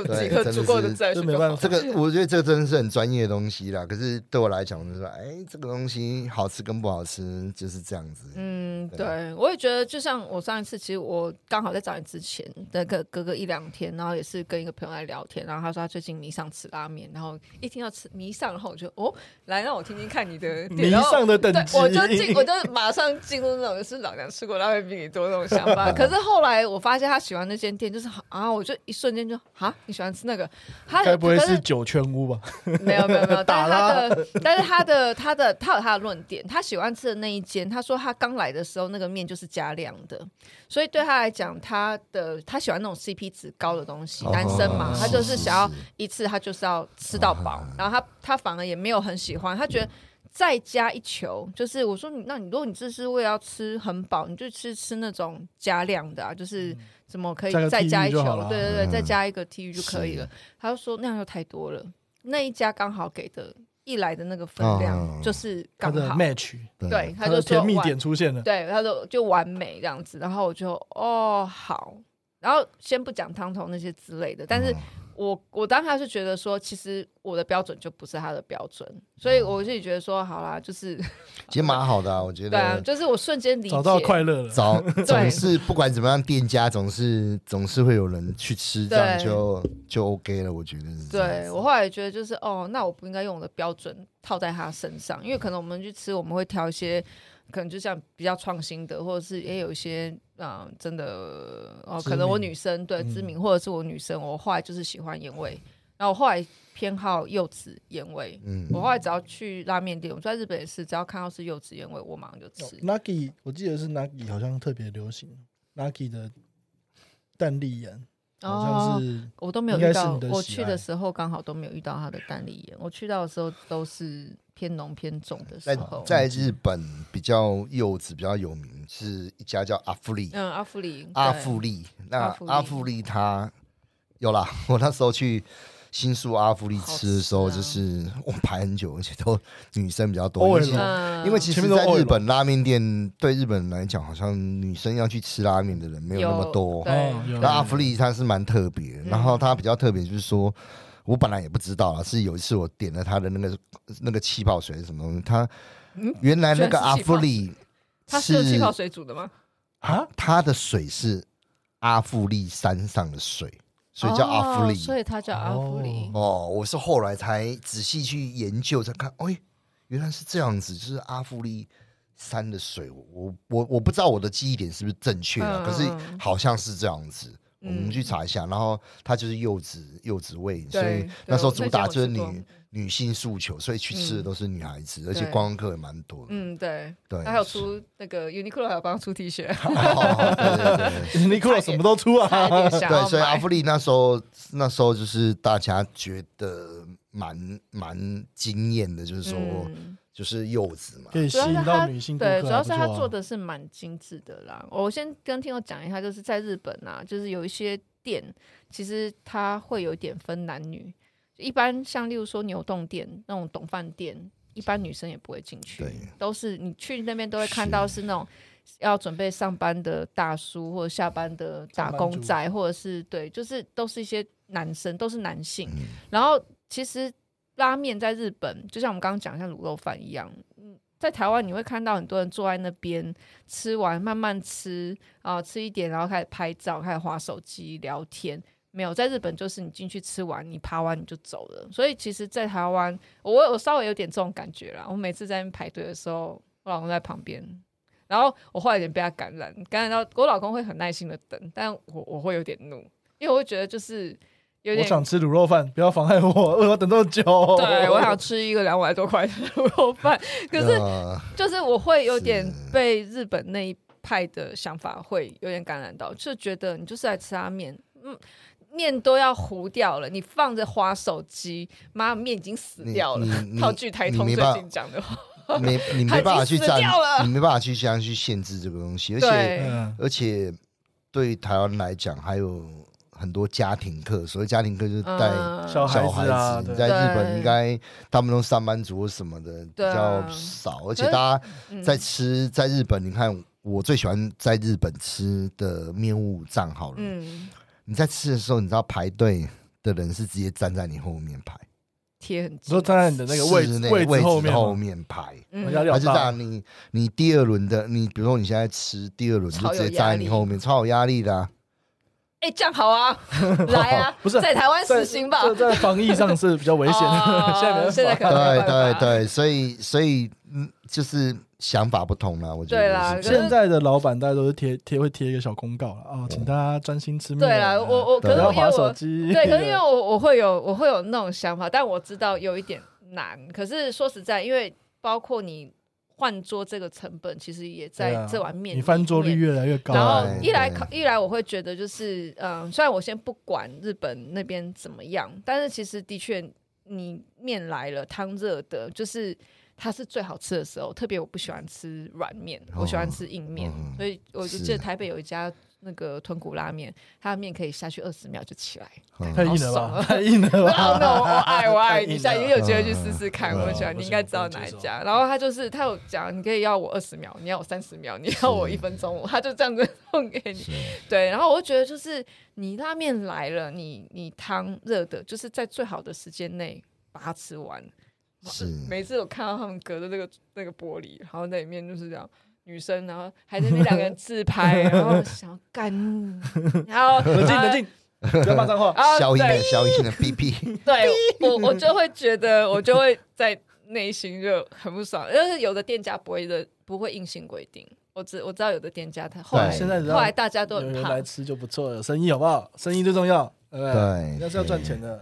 Speaker 2: 我自己
Speaker 1: 对
Speaker 2: 喝
Speaker 1: 真的
Speaker 2: 煮过的
Speaker 1: 是
Speaker 2: 自来
Speaker 3: 这
Speaker 2: 水
Speaker 3: 没
Speaker 2: 就
Speaker 3: 办
Speaker 2: 好
Speaker 1: 这
Speaker 3: 法
Speaker 1: 个 我觉得这真的是很专业的东西啦。可是对我来讲，我就说，哎，这个东西好吃跟不好吃就是这样子。
Speaker 2: 嗯，
Speaker 1: 对
Speaker 2: 对，
Speaker 3: 啊
Speaker 2: 我也觉得，就像我上一次，其实我刚好在找你之前，那个隔个一两天，然后也是跟一个朋友来聊天，然后他说他最近迷上吃拉面，然后一听到吃迷上，然后我就哦，来让我听听看你 的
Speaker 3: 迷
Speaker 2: 点然后
Speaker 3: 上的等
Speaker 2: 对，
Speaker 3: 级。
Speaker 2: 我就进，我就马上进入那种就是老娘吃过拉面比你多那种想 法。可是后来我发现他喜欢那间店，就是啊，我就一瞬间就啊，你喜欢吃那个，他
Speaker 3: 该不会
Speaker 2: 可
Speaker 3: 是九圈屋吧？
Speaker 2: 没有没有没有，但
Speaker 3: 打
Speaker 2: 是他的，但是他的他的他有他的论点，他喜欢吃的那一间，他说他刚来的时候那个面就是加量的，所以对他来讲，他的他喜欢那种 CP 值高的东西，
Speaker 1: 哦
Speaker 2: 男生嘛，
Speaker 3: 是
Speaker 2: 他就是想要
Speaker 1: 是
Speaker 2: 一次他就是要吃到
Speaker 3: 啊
Speaker 2: 饱，然后他他反而也没有很喜欢，他觉得。再加一球，就是我说你，那你如果你这是为了要吃很饱，你就吃吃那种加量的啊，就是怎么可
Speaker 3: 嗯加
Speaker 2: 以
Speaker 3: 个
Speaker 2: 再
Speaker 3: TU
Speaker 2: 加一
Speaker 3: 就
Speaker 2: 球
Speaker 3: 好了，
Speaker 2: 对对对，
Speaker 1: 嗯
Speaker 2: 再加一个 TU 就可以
Speaker 1: 是
Speaker 2: 了。他就说那样又太多了，那一家刚好给的一来的那个分
Speaker 1: 哦
Speaker 2: 量就是
Speaker 3: 啊它
Speaker 2: 刚
Speaker 3: 的
Speaker 2: 好，
Speaker 3: match，
Speaker 2: 对，
Speaker 3: 它
Speaker 2: 他就
Speaker 3: 的
Speaker 2: 说
Speaker 3: 甜蜜
Speaker 2: 完
Speaker 3: 点出现了。
Speaker 2: 对，他说就完美这样子，然后我就哦好，然后先不讲汤头那些之类的，但是
Speaker 1: 嗯
Speaker 2: 我我当下是觉得说，其实我的标准就不是他的标准，所以我自己觉得说好啦，就是
Speaker 1: 其实蛮好的啊，我觉
Speaker 2: 对 啊，
Speaker 1: 得
Speaker 2: 就是我瞬间理解
Speaker 3: 找到快乐了，
Speaker 1: 早总是不管怎么样，店家总是总是会有人去吃，这
Speaker 2: 对
Speaker 1: 样就就 OK 了。我觉得是这样
Speaker 2: 对我后来觉得就是哦，那我不应该用我的标准套在他身上，因为可能我们去吃，我们会挑一些可能就像比较创新的，或者是也有一些啊、真的哦，
Speaker 3: 知
Speaker 2: 可能我
Speaker 3: 名
Speaker 2: 女生对知
Speaker 3: 嗯
Speaker 2: 名，或者是我女生，我后来就是喜欢盐味，然后我后来偏好柚子盐味。
Speaker 1: 嗯，
Speaker 2: 我后来只要去拉面店，我在日本也是，只要看到是柚子盐味，我马上就吃。
Speaker 3: Nagi，我哦记得是 Nagi，好像特别流行 Nagi 的蛋力盐，好像
Speaker 2: 哦，
Speaker 3: 是
Speaker 2: 我都没有
Speaker 3: 应
Speaker 2: 遇
Speaker 3: 该是
Speaker 2: 到
Speaker 3: 你的，
Speaker 2: 我
Speaker 3: 喜
Speaker 2: 去
Speaker 3: 爱
Speaker 2: 的时候刚好都没有遇到它的蛋力盐，我去到的时候都是偏浓偏重的时
Speaker 1: 在
Speaker 2: 候。
Speaker 1: 在日本比较柚子比较有名，是一家叫阿富利，
Speaker 2: 嗯，阿芙里，
Speaker 1: 阿
Speaker 2: 对
Speaker 1: 富利。
Speaker 2: 阿
Speaker 1: 那
Speaker 2: 芙利
Speaker 1: 阿富利他有啦，我那时候去新宿阿富利吃的时候，
Speaker 2: 好吃
Speaker 1: 就
Speaker 2: 啊
Speaker 1: 是我排很久，而且都女生比较多，因
Speaker 3: OL
Speaker 1: 为其实
Speaker 2: 嗯，
Speaker 1: 因为其
Speaker 3: 前
Speaker 1: 实，
Speaker 3: 面都
Speaker 1: 在
Speaker 3: OL
Speaker 1: 日本拉面店对日本人来讲，好像女生要去吃拉面的人没有那么多。
Speaker 2: 对嗯
Speaker 3: 哦有
Speaker 1: 那阿 芙利它是蛮特别，然后它比较特别就是说，我本来也不知道啦，是有一次我点了它的那个那个气泡水是什么东西，它
Speaker 2: 嗯
Speaker 1: 原来那个阿芙利
Speaker 2: 它是用气泡水煮的吗？
Speaker 3: 啊，
Speaker 1: 它的水是阿芙利山上的水，所以叫阿芙
Speaker 2: 哦所
Speaker 1: 利。
Speaker 2: 以它叫阿芙里。
Speaker 1: 哦，我是后来才仔细去研究才看，哎，原来是这样子，就是阿芙利山的水，我我我不知道我的记忆点是不是正确啊，
Speaker 2: 嗯
Speaker 1: 可是
Speaker 2: 嗯嗯
Speaker 1: 好像是这样子。我们
Speaker 2: 嗯
Speaker 1: 去查一下，然后它就是柚子柚子味，所
Speaker 2: 对
Speaker 1: 以
Speaker 2: 对
Speaker 1: 那时候
Speaker 2: 我
Speaker 1: 主
Speaker 2: 那
Speaker 1: 打
Speaker 2: 间我
Speaker 1: 就是
Speaker 2: 吃过嗯
Speaker 1: 女女性诉求，所以去吃的都是女孩子，而且
Speaker 2: 对
Speaker 1: 观光客也蛮多的。
Speaker 2: 嗯，对，
Speaker 1: 对，
Speaker 2: 他还 有出那个 Uniqlo 还有帮他出 T 恤，
Speaker 1: 哦对对对对
Speaker 3: 你哭了什么都出啊！
Speaker 2: 差一点想
Speaker 1: 对，
Speaker 2: 要
Speaker 1: 所以阿
Speaker 2: 买。
Speaker 1: 芙丽那时候那时候就是大家觉得蛮蛮惊艳的，就是说、
Speaker 2: 嗯，就是
Speaker 1: 就是柚子嘛
Speaker 3: 可，以吸
Speaker 2: 主要是
Speaker 3: 引到
Speaker 2: 他
Speaker 3: 女性顾客，
Speaker 2: 对，主要是他
Speaker 3: 不错啊
Speaker 2: 做的是蛮精致的啦。我先跟听友讲一下，就是在日本啊，就是有一些店，其实它会有一点分男女。一般像例如说牛洞店那种懂饭店，一般女生也不会进去
Speaker 1: 对，
Speaker 2: 都是你去那边都会看到是那种要准备上班的大叔，或者下班的打工仔，或者是对，就是都是一些男生，都是男性。
Speaker 1: 嗯
Speaker 2: 然后其实拉面在日本，就像我们刚刚讲，像卤肉饭一样，嗯，在台湾你会看到很多人坐在那边吃完慢慢吃啊、吃一点，然后开始拍照，开始划手机聊天。没有，在日本就是你进去吃完，你爬完你就走了。所以其实，在台湾，我我稍微有点这种感觉啦。我每次在那边排队的时候，我老公在旁边，然后我后来有点被他感染，感染到我老公会很耐心的等，但我我会有点怒，因为我会觉得就是有
Speaker 3: 我
Speaker 2: 点
Speaker 3: 想吃卤肉饭，不要妨碍我，我要等这么久。
Speaker 2: 对，我想吃一个两百多块的卤肉饭，可是
Speaker 1: 那
Speaker 2: 就是我会有点被日本那一派的想法会有点感染到，就觉得你就是来吃拉面，嗯，面都要糊掉了，你放着划手机，妈面已经死掉了
Speaker 1: 你你。你
Speaker 2: 套句台通
Speaker 1: 你没
Speaker 2: 最
Speaker 1: 办法
Speaker 2: 近讲的话，
Speaker 1: 没你
Speaker 2: 他
Speaker 1: 没
Speaker 2: 已
Speaker 1: 办法
Speaker 2: 经
Speaker 1: 去
Speaker 2: 死
Speaker 1: 占
Speaker 2: 掉，了
Speaker 1: 你没办法去这样去限制这个东西，而且
Speaker 2: 对，
Speaker 3: 嗯，
Speaker 1: 而且对于台湾来讲，还有很多家庭课，所谓家庭课就是带。
Speaker 2: 嗯
Speaker 3: 小
Speaker 1: 小
Speaker 3: 孩
Speaker 1: 孩
Speaker 3: 子啊
Speaker 1: 子，
Speaker 3: 对
Speaker 1: 你在日本
Speaker 2: 对
Speaker 1: 应该他们都上班族或什么的比
Speaker 2: 对啊
Speaker 1: 较少，而且
Speaker 2: 可是
Speaker 1: 大家
Speaker 2: 嗯
Speaker 1: 在吃在日本，你看我最喜欢在日本吃的面雾藏好了，
Speaker 2: 嗯
Speaker 1: 你在吃的时候，你知道排队的人是直接站在你后面排，
Speaker 2: 贴很
Speaker 3: 你
Speaker 2: 近
Speaker 3: 说，站在你的那个位
Speaker 1: 室
Speaker 3: 置
Speaker 1: 内
Speaker 3: 位置后面
Speaker 1: 置
Speaker 3: 吗，
Speaker 1: 后面排。
Speaker 2: 嗯
Speaker 3: 压力
Speaker 1: 他
Speaker 3: 好
Speaker 1: 就这
Speaker 3: 大。
Speaker 1: 样，你你第二轮的，你比如说你现在吃第二轮，就
Speaker 2: 超有
Speaker 1: 直接站在
Speaker 2: 压
Speaker 1: 你
Speaker 2: 力
Speaker 1: 后面，超有压力 的啊、
Speaker 2: 哎，这样好啊，来啊，
Speaker 3: 不是
Speaker 2: 在台湾
Speaker 3: 在
Speaker 2: 实行吧，
Speaker 3: 在在防疫上是比较危险的，
Speaker 2: 哦
Speaker 3: 现在没办法
Speaker 2: 现在可能
Speaker 1: 对
Speaker 2: 没办法
Speaker 1: 对对，所以所以嗯，就是想法不同啦，我觉得
Speaker 2: 对啦
Speaker 1: 是这样
Speaker 3: 现在的老板大家都是贴贴会贴一个小公告了啊，请大家专心吃面。啊
Speaker 2: 对啦，我我可
Speaker 1: 对
Speaker 2: 是因
Speaker 3: 不要
Speaker 2: 为
Speaker 3: 划手
Speaker 2: 我
Speaker 3: 机。
Speaker 2: 对，可是因为我我会有我会有那种想法，但我知道有一点难。可是说实在，因为包括你换桌这个成本，其实也
Speaker 3: 对
Speaker 2: 在
Speaker 3: 啊
Speaker 2: 这碗面里面、
Speaker 3: 你翻桌率越来越高，啊
Speaker 2: 然后
Speaker 1: 对
Speaker 2: 一来
Speaker 1: 对
Speaker 2: 考一来，我会觉得就是，嗯，虽然我先不管日本那边怎么样，但是其实的确，你面来了，汤热的，就是它是最好吃的时候。特别我不喜欢吃软面，我
Speaker 3: 哦
Speaker 2: 喜欢吃硬面，
Speaker 1: 嗯
Speaker 2: 所以我就是记得台北有一家那个豚骨拉面，它的面可以下去二十秒就起来。
Speaker 1: 嗯
Speaker 3: 太硬了
Speaker 2: 啊
Speaker 3: 吧，太硬了吧。
Speaker 2: 那 Oh 我爱我爱
Speaker 3: 太
Speaker 2: 你，
Speaker 3: 硬
Speaker 2: 下
Speaker 3: 了
Speaker 2: 也有机会去试试看。
Speaker 1: 嗯
Speaker 2: 我喜欢，
Speaker 3: 嗯
Speaker 2: 你应该知道哪一家。然后他就是他有讲，你可以要我二十秒，你要我三十秒，你要我一分钟，他就这样子送给你。对，然后我就觉得就是你拉面来了，你你汤热的，就是在最好的时间内把它吃完。
Speaker 1: 是
Speaker 2: 每次我看到他们隔着那个那个玻璃，然后那里面就是这样。女生，然后还在那边两个人自拍，然后想要干，然后
Speaker 3: 冷静
Speaker 2: 然后
Speaker 3: 冷静，不要骂脏话。
Speaker 2: 然后
Speaker 1: 消音
Speaker 2: 啊对
Speaker 1: 的消音的 BP，
Speaker 2: 对我，我就会觉得，我就会在内心就很不爽。但是有的店家不会的，不会硬性规定。我知我知道有的店家他后来
Speaker 1: 对
Speaker 3: 现在只
Speaker 2: 后来
Speaker 3: 要
Speaker 2: 大家都
Speaker 3: 有
Speaker 2: 很
Speaker 3: 人
Speaker 2: 怕
Speaker 3: 来，吃就不错了，生意好不好？生意最重要， 对不对？
Speaker 1: 对，
Speaker 3: 要是要赚钱的，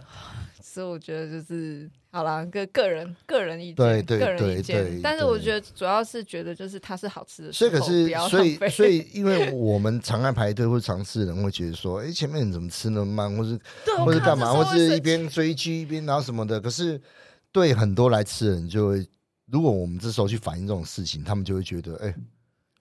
Speaker 2: 所以我觉得就是好啦，个个人个人意见，
Speaker 1: 对对
Speaker 2: 个人意
Speaker 1: 对
Speaker 2: 见
Speaker 1: 对。
Speaker 2: 但是
Speaker 1: 对
Speaker 2: 我觉得主要是觉得就是它是好吃的时
Speaker 1: 所
Speaker 2: 候，
Speaker 1: 以可是
Speaker 2: 不要，
Speaker 1: 所以
Speaker 2: 浪费
Speaker 1: 所 以，因为我们常爱排队或尝试的人会觉得说，哎，前面人怎么吃那么慢，或是
Speaker 2: 对
Speaker 1: 或是干嘛，或是一。
Speaker 2: 我看到这时候会生气
Speaker 1: 边追剧一边然后什么的。可是对很多来吃的人就会，如果我们这时候去反映这种事情，他们就会觉得，哎，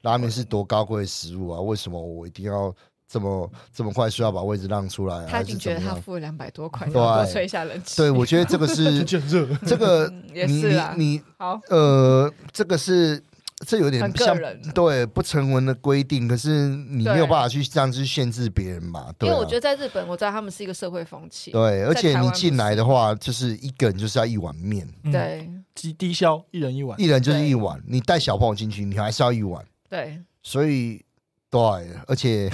Speaker 1: 拉面是多高贵的食物啊，为什么我一定要这么这么快速要把位置让出来、啊？
Speaker 2: 他
Speaker 1: 还
Speaker 2: 已
Speaker 1: 是怎
Speaker 2: 经觉
Speaker 1: 么
Speaker 2: 得他
Speaker 1: 样？
Speaker 2: 付了两百多块，
Speaker 1: 对
Speaker 2: 多吹一下冷气。
Speaker 1: 对，我觉得这个是
Speaker 3: 天气很热。
Speaker 1: 这个
Speaker 2: 嗯， 也
Speaker 1: 你
Speaker 2: 是
Speaker 1: 你
Speaker 2: 啦。
Speaker 1: 你
Speaker 2: 好，
Speaker 1: 呃，这个是这有点
Speaker 2: 很个
Speaker 1: 像
Speaker 2: 人
Speaker 1: 对不成文的规定，可是你没有
Speaker 2: 对
Speaker 1: 办法去这样去限制别人嘛，
Speaker 2: 因
Speaker 1: 对、啊。
Speaker 2: 为我觉得在日本，我知道他们是一个社会风气。
Speaker 1: 对，而
Speaker 2: 在
Speaker 1: 且
Speaker 2: 台
Speaker 1: 你
Speaker 2: 湾
Speaker 1: 进
Speaker 2: 不
Speaker 1: 来
Speaker 2: 是
Speaker 1: 的话，就是一个人就是要一碗面，
Speaker 3: 嗯，
Speaker 2: 对
Speaker 3: 低低消，一人一碗。
Speaker 1: 一人就是
Speaker 2: 对
Speaker 1: 一碗。你带小朋友进去，你还是要一碗，
Speaker 2: 对，
Speaker 1: 所以对，而且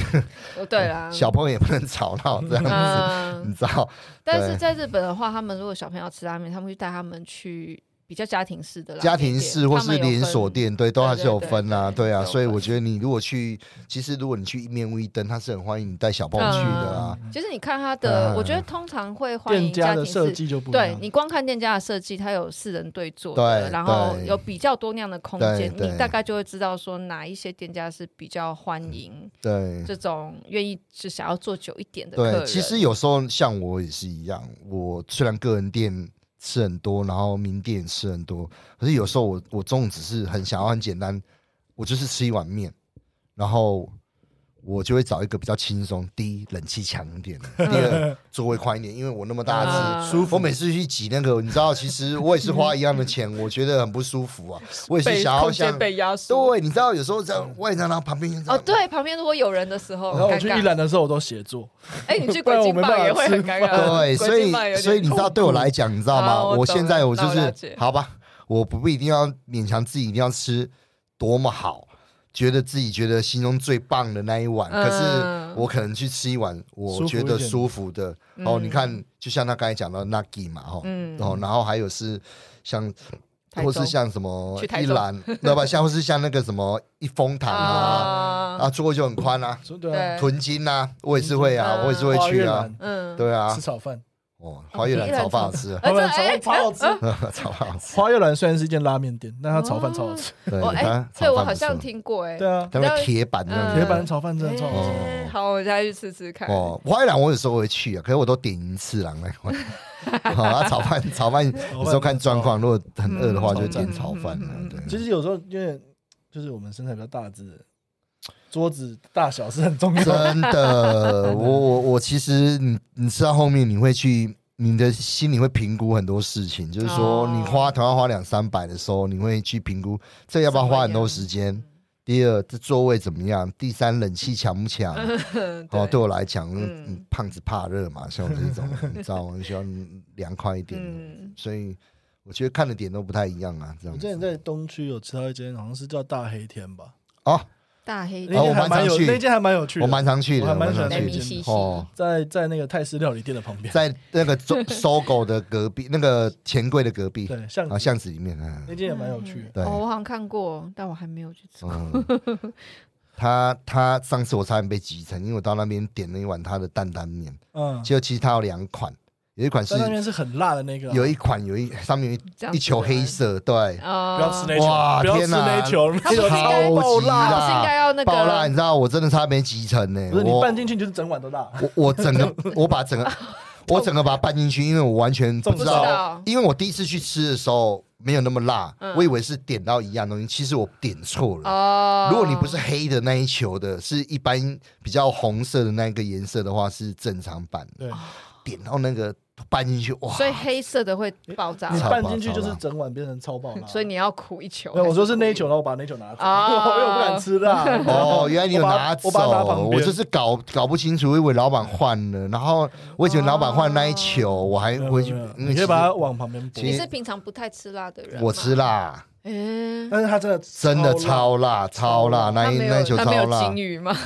Speaker 2: 哦对啦。
Speaker 1: 小朋友也不能吵闹这样 子，
Speaker 2: 嗯
Speaker 1: 你知道？
Speaker 2: 但是在日本的话，他们如果小朋友吃拉面，他们会带他们去比较家庭式的拉面
Speaker 1: 家庭
Speaker 2: 店
Speaker 1: 式或
Speaker 2: 他
Speaker 1: 是
Speaker 2: 们有
Speaker 1: 连
Speaker 2: 分
Speaker 1: 锁店，对，都
Speaker 2: 对
Speaker 1: 还是
Speaker 2: 对
Speaker 1: 有
Speaker 2: 对
Speaker 1: 分啊，
Speaker 2: 对
Speaker 1: 对啊，
Speaker 2: 有
Speaker 1: 所以我
Speaker 2: 分
Speaker 1: 觉得你如果去，其实如果你去面屋一灯，他是很欢迎你带小朋友去的啊，
Speaker 2: 其实你看它的，
Speaker 1: 嗯
Speaker 2: 我觉得通常会欢
Speaker 3: 店
Speaker 2: 迎
Speaker 3: 家的
Speaker 2: 庭
Speaker 3: 设
Speaker 2: 式。
Speaker 3: 计就不一
Speaker 2: 对
Speaker 3: 样。
Speaker 2: 你光看店家的设计，它有四人对坐的，
Speaker 1: 对
Speaker 2: 然后
Speaker 1: 对
Speaker 2: 有比较多那样的空
Speaker 1: 对
Speaker 2: 间，
Speaker 1: 对
Speaker 2: 你大概就会知道说哪一些店家是比较欢迎
Speaker 1: 对。
Speaker 2: 这种愿意就想要坐久一点的客
Speaker 1: 嗯对，
Speaker 2: 人。
Speaker 1: 其实有时候像我也是一样，我虽然个人店吃很多，然后名店也吃很多，可是有时候我我中午只是很想要很简单，我就是吃一碗面，然后我就会找一个比较轻松，第一冷气强一 点，第二座位宽一点，因为我那么大只。
Speaker 2: 啊
Speaker 3: 舒
Speaker 1: 我
Speaker 3: 服
Speaker 1: 每次去挤那个，你知道，其实我也是花一样的钱，我觉得很不舒服啊。我也是想要像，
Speaker 2: 被压缩。
Speaker 1: 对，你知道，有时候在外站，然后旁边就这
Speaker 2: 哦，
Speaker 1: 样
Speaker 2: 对，旁边如果有人的时候，
Speaker 3: 然后我
Speaker 2: 尴
Speaker 3: 去
Speaker 2: 尬。
Speaker 3: 一兰的时候，我都写作，
Speaker 2: 哎，你去
Speaker 3: 不
Speaker 2: 鬼
Speaker 3: 然我
Speaker 2: 金
Speaker 3: 没
Speaker 2: 棒
Speaker 3: 办法
Speaker 2: 也会很
Speaker 3: 吃
Speaker 2: 尴
Speaker 3: 饭
Speaker 2: 尬。
Speaker 1: 对，
Speaker 2: 鬼
Speaker 1: 所以
Speaker 2: 金棒有
Speaker 1: 所以
Speaker 2: 点
Speaker 1: 你知道
Speaker 2: 痛
Speaker 1: 对我来讲，你知道吗？
Speaker 2: 啊我
Speaker 1: 我
Speaker 2: 懂
Speaker 1: 现在我就
Speaker 2: 了那我了
Speaker 1: 是
Speaker 2: 解
Speaker 1: 好吧，我不必一定要勉强自己一定要吃多么好，觉得自己觉得心中最棒的那一碗，可
Speaker 2: 嗯
Speaker 1: 是我可能去吃一碗我
Speaker 3: 舒
Speaker 1: 觉
Speaker 3: 服一
Speaker 1: 得
Speaker 3: 点
Speaker 1: 舒服的。哦，你
Speaker 2: 嗯
Speaker 1: 看，就像他刚才讲到 Nagi 嘛，哈，
Speaker 2: 嗯
Speaker 1: 哦，然后还有是像。
Speaker 2: 台
Speaker 1: 或是
Speaker 2: 中
Speaker 1: 像什么
Speaker 2: 去台
Speaker 1: 一
Speaker 2: 中
Speaker 1: 兰，对吧？像或是像那个什么一 风堂啊，
Speaker 2: 啊，
Speaker 1: 啊，座位就很宽啊，
Speaker 3: 说对啊，
Speaker 2: 对
Speaker 1: 屯金啊，我也是会啊，
Speaker 2: 嗯
Speaker 1: 我也是会
Speaker 3: 花
Speaker 1: 去
Speaker 3: 月
Speaker 1: 啊
Speaker 3: 兰，
Speaker 2: 嗯，
Speaker 1: 对啊
Speaker 3: 吃，炒饭，
Speaker 1: 哦，花月兰
Speaker 2: 一兰
Speaker 1: 炒饭好
Speaker 2: 炒
Speaker 1: 吃啊，
Speaker 2: 啊
Speaker 3: 花
Speaker 2: 这
Speaker 3: 月兰炒
Speaker 2: 哎
Speaker 3: 饭超好 吃。
Speaker 1: 炒饭好吃。
Speaker 3: 花月兰虽然是一间拉面店，但它炒饭超好吃。
Speaker 1: 对
Speaker 2: 哦，哎
Speaker 1: 它，
Speaker 2: 对
Speaker 1: 炒
Speaker 2: 我
Speaker 1: 饭
Speaker 2: 好
Speaker 1: 不
Speaker 2: 像
Speaker 1: 错
Speaker 2: 听过，哎，
Speaker 3: 对啊，
Speaker 1: 他们铁板那样
Speaker 2: 嗯
Speaker 1: 子
Speaker 3: 铁板炒饭真的超好吃。
Speaker 2: 哎
Speaker 1: 哦
Speaker 2: 好，我再去吃吃看。
Speaker 1: 哦，花月兰我有时候会去啊，可是我都点一次啦。那 块。好，啊炒饭炒饭有时候看状况，如果很饿的话就点炒饭了
Speaker 2: 嗯嗯嗯嗯。
Speaker 1: 对
Speaker 3: 其，实有时候因为就是我们身材比较大只的，桌子大小是很重要的。
Speaker 1: 真的，我我我其实你你吃到后面你会去。你的心里会评估很多事情，就是说
Speaker 2: 哦
Speaker 1: 你花同样花两三百的时候，你会去评估这要不要花很多时间
Speaker 2: 嗯？。
Speaker 1: 第二，这座位怎么样？第三，冷气强不强？哦，对我来讲，
Speaker 2: 嗯
Speaker 1: 嗯胖子怕热嘛，像我这 种，你知道吗？就喜欢凉快一点的，
Speaker 2: 嗯
Speaker 1: 所以我觉得看的点都不太一样啊。这
Speaker 3: 我
Speaker 1: 样
Speaker 3: 之前
Speaker 1: 子
Speaker 3: 在东区有吃到一间，好像是叫大黑天吧，
Speaker 1: 哦，
Speaker 2: 大黑
Speaker 3: 那
Speaker 1: 哦
Speaker 3: 间
Speaker 1: 我蛮
Speaker 3: 还蛮有
Speaker 1: 常去，
Speaker 3: 那间还蛮有趣的，
Speaker 1: 我蛮常去的，
Speaker 3: 我还蛮喜
Speaker 1: 常
Speaker 3: 欢
Speaker 2: 那
Speaker 1: 去
Speaker 2: 米
Speaker 3: 间
Speaker 1: 的。
Speaker 2: 西西，
Speaker 1: 哦，
Speaker 3: 在在那个泰式料理店的旁边，
Speaker 1: 在那个 搜搜狗的隔壁，那个钱柜的隔壁
Speaker 3: 对，巷
Speaker 1: 啊
Speaker 3: 子
Speaker 1: 巷子里面，嗯
Speaker 3: 那间也蛮有趣的。
Speaker 1: 对，
Speaker 2: 哦，我好像看过，但我还没有去 吃。
Speaker 1: 嗯，他他上次我差点被挤成，因为我到那边点了一碗他的担担面，
Speaker 3: 嗯，
Speaker 1: 结果其实他有两款，有一款是
Speaker 3: 但那边是很辣的那个啊，
Speaker 1: 有一款有一上面有一
Speaker 2: 这样
Speaker 1: 一球黑色，对，
Speaker 2: 啊，
Speaker 3: 不要吃那球，
Speaker 1: 哇
Speaker 3: 不要吃
Speaker 1: 天哪
Speaker 3: 那球，
Speaker 2: 他不是应该
Speaker 1: 超级
Speaker 2: 他不
Speaker 1: 辣，
Speaker 2: 是应该要那
Speaker 1: 爆辣，你
Speaker 2: 个
Speaker 1: 知道我真的差没集成呢、
Speaker 3: 不是你
Speaker 1: 我
Speaker 3: 拌进去就是整碗都辣。
Speaker 1: 我我整个我把整 个我整个把它拌进去，因为我完全不
Speaker 3: 不
Speaker 1: 知
Speaker 2: 不
Speaker 3: 知
Speaker 2: 知
Speaker 1: 道，
Speaker 2: 道？
Speaker 1: 因为我第一次去吃的时候没有那么辣，
Speaker 2: 嗯
Speaker 1: 我以为是点到一样东西，其实我点错了。
Speaker 2: 哦，
Speaker 1: 如果你不是黑的那一球的，是一般比较红色的那个颜色的话，是正常版的。
Speaker 3: 对，
Speaker 1: 点到那个拌进去，哇！
Speaker 2: 所以黑色的会爆炸
Speaker 3: 你，
Speaker 1: 超
Speaker 3: 拌进去就是整碗变成超爆辣。
Speaker 2: 所以你要苦一球。
Speaker 3: 没有，我说是那
Speaker 2: 那
Speaker 3: 一球，然后我把那球拿走，
Speaker 2: 啊
Speaker 3: 因为 我不敢吃辣。
Speaker 1: 哦，原来你有
Speaker 3: 我把
Speaker 1: 拿走，
Speaker 3: 我把它拿旁边
Speaker 1: 就是搞搞不清楚，因为老板换了，然后我以为老板换那一球，我还
Speaker 3: 没有
Speaker 1: 回
Speaker 3: 没
Speaker 1: 去
Speaker 3: 有没有，
Speaker 1: 因
Speaker 3: 你
Speaker 1: 为
Speaker 3: 可以
Speaker 1: 其
Speaker 3: 把它
Speaker 1: 实
Speaker 3: 往旁边拨
Speaker 1: 其
Speaker 2: 你
Speaker 1: 实。
Speaker 2: 是平常不太吃辣的人吗，啊
Speaker 1: 我吃辣，
Speaker 2: 嗯，
Speaker 3: 但是它真的
Speaker 1: 真的
Speaker 3: 辣
Speaker 1: 超辣，超辣，那
Speaker 2: 他
Speaker 1: 一
Speaker 2: 没
Speaker 1: 那一
Speaker 2: 有
Speaker 1: 球
Speaker 2: 他没有
Speaker 1: 超
Speaker 2: 金
Speaker 1: 辣
Speaker 2: 鱼吗？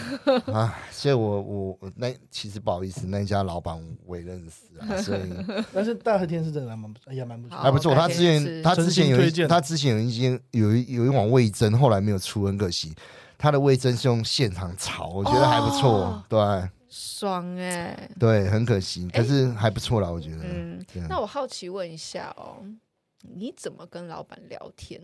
Speaker 1: 啊！所以我我我那其实不好意思，那一家老板我也认识 啊，所以
Speaker 2: 哦
Speaker 3: 但是大和天是真的还蛮不，哎呀蛮不错
Speaker 2: 好。
Speaker 1: 还不错。
Speaker 2: 改
Speaker 1: 他
Speaker 2: 天
Speaker 1: 之前
Speaker 2: 吃
Speaker 1: 他之前有
Speaker 3: 诚心推
Speaker 1: 一
Speaker 3: 荐
Speaker 1: 他之前有一间有一有一碗味噌，后来没有出，很可惜。他的味噌是用现场炒，我觉得还不错
Speaker 2: 哦，
Speaker 1: 对
Speaker 2: 爽哎、
Speaker 1: 对，很可惜，可是还不错啦，我觉得。
Speaker 2: 嗯
Speaker 1: 对啊，
Speaker 2: 那我好奇问一下哦，你怎么跟老板聊天？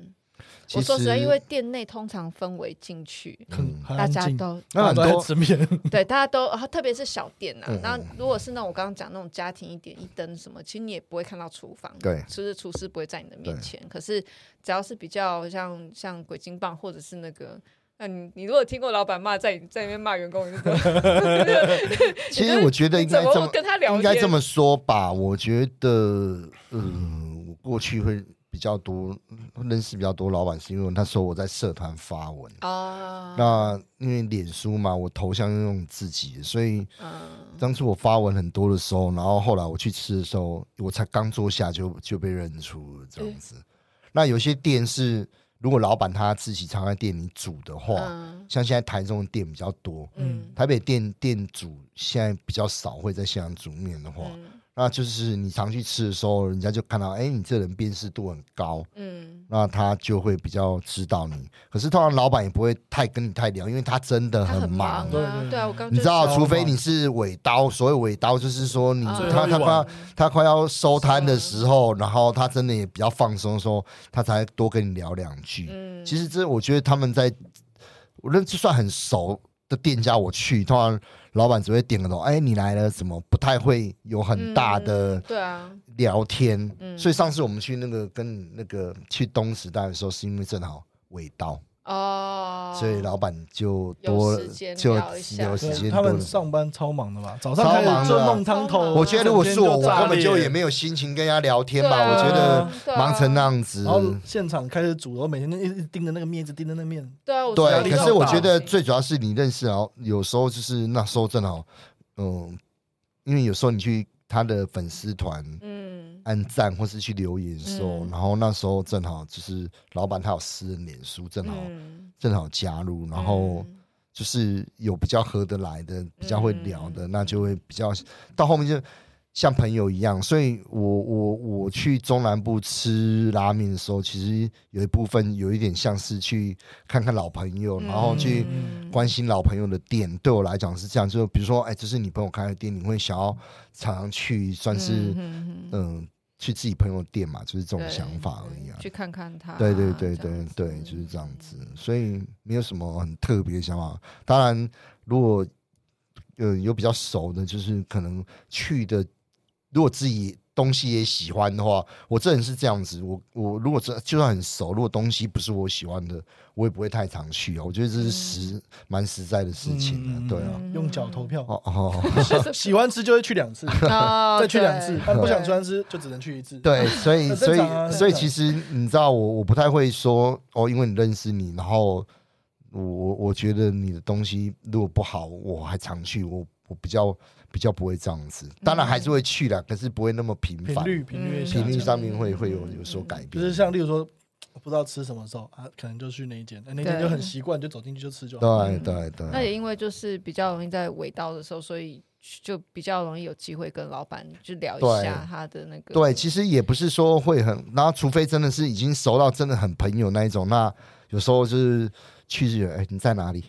Speaker 1: 其
Speaker 2: 我说实在，
Speaker 1: 实
Speaker 2: 因为店内通常氛围进去，
Speaker 1: 嗯
Speaker 3: 很很
Speaker 2: 大
Speaker 3: 安
Speaker 2: 家
Speaker 3: 静
Speaker 2: 都
Speaker 1: 那很
Speaker 3: 大家都
Speaker 1: 多
Speaker 3: 在吃面，
Speaker 2: 对，大家都，啊特别是小店呐、
Speaker 1: 嗯
Speaker 2: 那、如果是那种我刚刚讲那种家庭一点一灯什么，其实你也不会看到厨房，
Speaker 1: 对
Speaker 2: 就是厨师不会在你的面
Speaker 1: 对
Speaker 2: 前。可是只要是比较像像鬼金棒或者是那个。那你你如果听过老板骂在你在那边骂员工，你就觉
Speaker 1: 其实我觉得
Speaker 2: 得
Speaker 1: 应
Speaker 2: 怎
Speaker 1: 该这
Speaker 2: 么
Speaker 1: 么
Speaker 2: 跟他聊天？
Speaker 1: 应该这么说吧，我觉得，嗯，我过去会比较多认识比较多老板，是因为那时候我在社团发文，
Speaker 2: 啊，
Speaker 1: 那因为脸书嘛，我头像用自己的，所以
Speaker 2: 嗯
Speaker 1: 当初我发文很多的时候，然后后来我去吃的时候，我才刚坐下就就被认出了这样子。那有些店是，如果老板他自己常在店里煮的话，
Speaker 2: 嗯
Speaker 1: 像现在台中的店比较多，
Speaker 2: 嗯
Speaker 1: 台北店店主现在比较少会在现场煮面的话，
Speaker 2: 嗯，
Speaker 1: 那就是你常去吃的时候，人家就看到，哎、你这人辨识度很高，
Speaker 2: 嗯，
Speaker 1: 那他就会比较知道你。可是通常老板也不会太跟你太聊，因为他真的
Speaker 2: 他很
Speaker 1: 忙
Speaker 2: 忙
Speaker 3: 对
Speaker 2: 啊，
Speaker 3: 对
Speaker 2: 对啊，我刚
Speaker 1: 你知道，
Speaker 3: 是
Speaker 1: 除非你是尾刀，所谓尾刀就是说你
Speaker 2: 啊
Speaker 1: 他他
Speaker 3: 最后一碗
Speaker 1: 快他快要收摊的
Speaker 2: 是
Speaker 1: 时候，然后他真的也比较放松的时候，他才多跟你聊两句。
Speaker 2: 嗯，
Speaker 1: 其实这我觉得他们在，我认就算很熟的店家，我去通常老板只会点个头，哎，你来了，怎么不太会有很大的
Speaker 2: 嗯对啊，
Speaker 1: 聊天。
Speaker 2: 嗯
Speaker 1: 所以上次我们去那个跟那个去东时代的时候，是因为正好尾刀，
Speaker 2: 哦，
Speaker 1: 所以老板就
Speaker 2: 有
Speaker 1: 多
Speaker 2: 时间
Speaker 1: 就
Speaker 2: 聊一下
Speaker 1: 有时
Speaker 3: 对
Speaker 1: 间
Speaker 3: 他
Speaker 1: 多
Speaker 3: 们
Speaker 1: 了
Speaker 3: 上班超忙的吧？早
Speaker 1: 超
Speaker 3: 上开
Speaker 1: 忙
Speaker 3: 始就
Speaker 1: 的啊
Speaker 3: 弄汤头，
Speaker 1: 我觉得如果是我，
Speaker 3: 整天就炸
Speaker 1: 我根本就
Speaker 3: 裂
Speaker 1: 也没有心情跟人家聊天
Speaker 2: 对
Speaker 1: 吧。
Speaker 2: 啊
Speaker 1: 我觉得
Speaker 2: 对啊
Speaker 1: 忙成那样子
Speaker 3: 然，后现场开始煮，然后每天一直盯着那个面，一直盯着那个面，
Speaker 2: 对啊，我觉
Speaker 1: 对。可
Speaker 2: 得
Speaker 1: 是
Speaker 2: 这种
Speaker 1: 我觉得
Speaker 2: 东西
Speaker 1: 最主要是你认识，然后有时候就是那时候正好，嗯，因为有时候你去他的粉丝团
Speaker 2: 嗯
Speaker 1: 按赞或是去留言的时候，
Speaker 2: 嗯
Speaker 1: 然后那时候正好就是老板他有私人脸书，正好
Speaker 2: 嗯，
Speaker 1: 正好加入，然后
Speaker 2: 嗯
Speaker 1: 就是有比较合得来的，比较会聊
Speaker 2: 嗯
Speaker 1: 的，那就会比较到后面就像朋友一样。所以我我我去中南部吃拉面的时候，其实有一部分有一点像是去看看老朋友，然后去
Speaker 2: 嗯
Speaker 1: 关心老朋友的店。对我来讲是这样，就比如说，哎，这是你朋友开的店，你会想要常常去，算是
Speaker 2: 嗯嗯嗯嗯
Speaker 1: 嗯。去自己朋友的店嘛，就是这种
Speaker 2: 对
Speaker 1: 想法而已啊。
Speaker 2: 去看看他，啊
Speaker 1: 对对对
Speaker 2: 这
Speaker 1: 对
Speaker 2: 样子
Speaker 1: 对，就是这样子， 所以没有什么很特别的想法。当然，如果呃有比较熟的，就是可能去的，如果自己东西也喜欢的话，我这人是这样子，我我如果真就算很熟，如果东西不是我喜欢的，我也不会太常去啊。我觉得这是实蛮实在的事情啊，对啊。
Speaker 3: 嗯用脚投票，
Speaker 1: 哦哦，
Speaker 3: 喜欢吃就会去两 次，
Speaker 2: 哦
Speaker 3: 再去两次
Speaker 2: 对，
Speaker 3: 但不想喜欢吃就只能去一次。
Speaker 1: 对，所以
Speaker 3: 很
Speaker 1: 所
Speaker 3: 正
Speaker 1: 以
Speaker 3: 常啊
Speaker 1: 所以
Speaker 3: 很正
Speaker 1: 其实你知道我我不太会说哦，因为你认识你，然后我我我觉得你的东西如果不好，我还常去，我我比较比较不会这样子，当然还是会去啦，可是不会那么频
Speaker 3: 嗯频
Speaker 1: 繁，
Speaker 3: 率频率也下
Speaker 1: 嗯频率
Speaker 3: 降
Speaker 1: 上面会会有有所改变，
Speaker 3: 就是像例如说，不知道吃什么时候啊，可能就去那一间，哎那间
Speaker 2: 对
Speaker 3: 就很习惯，就走进去就吃就好。
Speaker 1: 对对
Speaker 2: 那
Speaker 1: 对，
Speaker 2: 也因为就是比较容易在尾刀的时候，所以就比较容易有机会跟老板去聊一
Speaker 1: 对
Speaker 2: 下他的那个
Speaker 1: 对，其实也不是说会很，然后除非真的是已经熟到真的很朋友那一种，那有时候就是去就有哎你在哪里？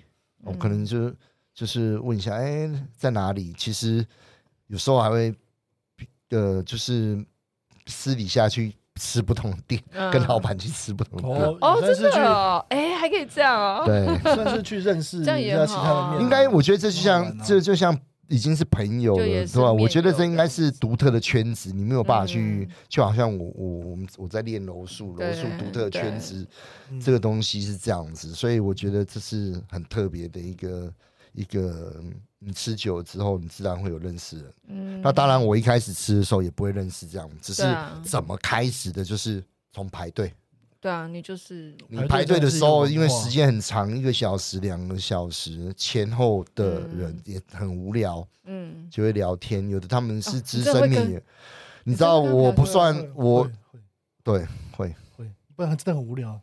Speaker 1: 我、可能就就是问一下，哎、在哪里？其实有时候还会，呃，就是私底下去吃不同的店，
Speaker 2: 嗯
Speaker 1: 跟老板去吃不同的店。
Speaker 3: 哦，
Speaker 2: 哦，
Speaker 3: 也
Speaker 2: 真的
Speaker 3: 算是
Speaker 2: 哦，哎，还可以这样哦，
Speaker 1: 对，
Speaker 3: 去， 算是去认识一
Speaker 2: 这样也
Speaker 3: 下其他
Speaker 2: 好
Speaker 3: 的
Speaker 2: 啊
Speaker 3: 面。
Speaker 1: 应该我觉得这就
Speaker 3: 好玩
Speaker 1: 像
Speaker 3: 哦
Speaker 1: 这就像已经是朋友
Speaker 2: 就也
Speaker 1: 了，
Speaker 2: 是
Speaker 1: 对吧？
Speaker 2: 面
Speaker 1: 我觉得
Speaker 2: 友
Speaker 1: 这应该
Speaker 2: 这
Speaker 1: 是独特的圈子，你没有办法去，
Speaker 2: 嗯
Speaker 1: 就好像我我我们我在练柔术，柔
Speaker 2: 对
Speaker 1: 术独特的圈
Speaker 2: 对
Speaker 1: 子，
Speaker 3: 嗯
Speaker 1: 这个东西是这样子，所以我觉得这是很特别的一个一个，嗯你吃久了之后，你自然会有认识人。
Speaker 2: 嗯，
Speaker 1: 那当然，我一开始吃的时候也不会认识这样，只是
Speaker 2: 对啊
Speaker 1: 怎么开始的，就是从排队。
Speaker 2: 对啊，你就是
Speaker 1: 你排队的时候，
Speaker 3: 排队真的是一
Speaker 1: 因
Speaker 3: 个文
Speaker 1: 为
Speaker 3: 化
Speaker 1: 时间很长，一个小时、两个小时，前后的人也很无聊，
Speaker 2: 嗯，
Speaker 1: 就会聊天。有的他们
Speaker 2: 哦
Speaker 1: 是
Speaker 2: 你
Speaker 1: 资
Speaker 2: 真的会
Speaker 1: 深
Speaker 2: 跟
Speaker 1: 演员，你知道
Speaker 2: 你真的跟
Speaker 1: 我
Speaker 2: 他
Speaker 1: 不
Speaker 2: 们聊嗯
Speaker 3: 会
Speaker 1: 算我
Speaker 3: 会会
Speaker 1: 对会，
Speaker 3: 会，不然真的很无聊。啊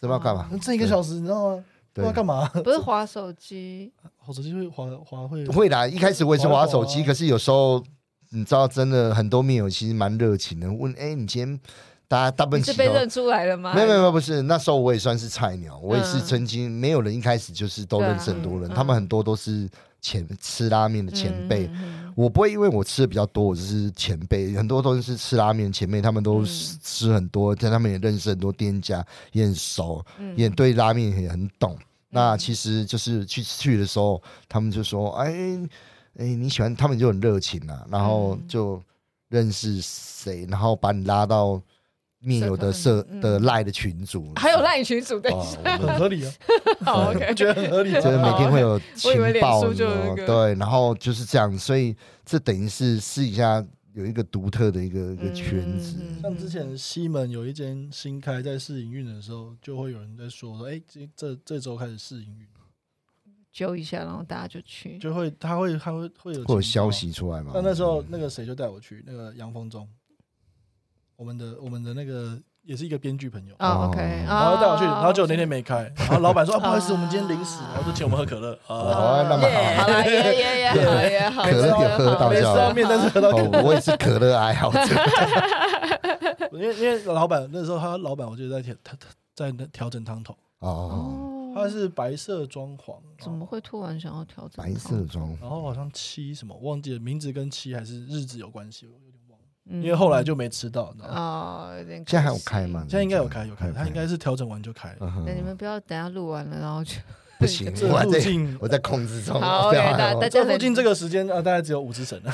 Speaker 1: 这要干嘛？
Speaker 2: 嗯
Speaker 3: 这一个小时你知道吗？不知道
Speaker 1: 对
Speaker 3: 干嘛，
Speaker 2: 不是划手机，
Speaker 3: 好手机会滑滑会
Speaker 1: 会啦，一开始我也是
Speaker 3: 滑
Speaker 1: 滑
Speaker 3: 一滑
Speaker 1: 手机，
Speaker 3: 啊
Speaker 1: 可是有时候你知道，真的很多面友其实蛮热情的，问哎、你今天大家大部
Speaker 2: 你
Speaker 1: 分
Speaker 2: 是
Speaker 1: 起
Speaker 2: 被
Speaker 1: 头
Speaker 2: 认出来了吗？
Speaker 1: 没有没有没有不是，那时候我也算是菜鸟，我也是
Speaker 2: 嗯
Speaker 1: 曾经没有人一开始就是都
Speaker 2: 对啊
Speaker 1: 认识很多人，
Speaker 2: 嗯
Speaker 1: 他们很多都是前吃拉面的
Speaker 2: 嗯
Speaker 1: 前辈。
Speaker 2: 嗯嗯
Speaker 1: 我不会因为我吃的比较多，我就是前辈，很多都是吃拉面前辈，他们都
Speaker 2: 嗯
Speaker 1: 吃吃很多，但他们也认识很多店家，也很熟，
Speaker 2: 嗯
Speaker 1: 也对拉面也很懂。那其实就是去去的时候，他们就说：“哎哎，你喜欢？”他们就很热情啊，然后
Speaker 2: 嗯
Speaker 1: 就认识谁，然后把你拉到面友的
Speaker 2: 社
Speaker 1: 社
Speaker 2: 团嗯
Speaker 1: 的赖的群组，
Speaker 2: 还有赖群主，对
Speaker 1: 哦，
Speaker 3: 很合 理啊，
Speaker 2: 好，OK，
Speaker 3: 我觉得很合 理啊。
Speaker 1: 就是每天会有情
Speaker 2: 我以为脸
Speaker 1: 报，
Speaker 2: 书
Speaker 1: 你知
Speaker 2: 就有
Speaker 1: 道吗
Speaker 2: 一个
Speaker 1: 对，然后就是这样，所以这等于是试一下有一个独特的一个一个圈子，
Speaker 2: 嗯嗯嗯
Speaker 3: 像之前西门有一间新开在试营运的时候，就会有人在说说，哎、这这这周开始试营运，
Speaker 2: 揪一下，然后大家就去，
Speaker 3: 就会他会他会
Speaker 1: 会
Speaker 3: 会有
Speaker 1: 有
Speaker 3: 情报
Speaker 1: 消。息出来嘛。
Speaker 3: 那那时候那个谁就带我去那个杨峰中，我们的我们的那个也是一个编剧朋友，
Speaker 2: 啊
Speaker 1: 哦
Speaker 2: ，OK，
Speaker 3: 然后
Speaker 2: 然
Speaker 3: 带我去，然后结果那天没开，然后老板说啊，不好意
Speaker 2: 哦
Speaker 3: 思，我们今天临时，然后就请我们喝可乐啊，
Speaker 1: 哦，那么
Speaker 4: 耶
Speaker 1: 好
Speaker 2: 好了，也也也好也好，
Speaker 1: 可乐有喝到
Speaker 2: 好
Speaker 1: 这
Speaker 3: 没
Speaker 1: 样
Speaker 3: 吃到面，但是喝到可乐，
Speaker 1: 哦，我也是可乐爱好 者。
Speaker 3: 因为因为老板那时候他老板，我记得在调他他在那调整汤头，
Speaker 1: 哦，
Speaker 3: 他
Speaker 2: 哦，
Speaker 3: 是白色装潢，
Speaker 2: 怎么会突然想要调整？
Speaker 1: 白色的，妆，
Speaker 3: 然后好像七什么忘记了名字跟七还是日子有关系，我有点忘了，
Speaker 2: 因
Speaker 3: 因为后来就没吃到，然后
Speaker 2: 嗯哦，有点可惜
Speaker 1: 现在还有开吗？？
Speaker 3: 现在应该有开有
Speaker 1: 嗯
Speaker 3: 开，他应该是调整完就开了。
Speaker 1: 嗯哼
Speaker 2: 那你们不要等下录完了，然后 就
Speaker 1: 不行，
Speaker 3: 这
Speaker 1: 我还
Speaker 3: 附
Speaker 1: 在
Speaker 3: 近
Speaker 1: 我在控制中。
Speaker 2: 好
Speaker 1: 不
Speaker 2: ，OK，
Speaker 1: 要
Speaker 2: 大大家
Speaker 3: 这附近这
Speaker 2: 个
Speaker 3: 个时间啊，大概只有五 只神啊，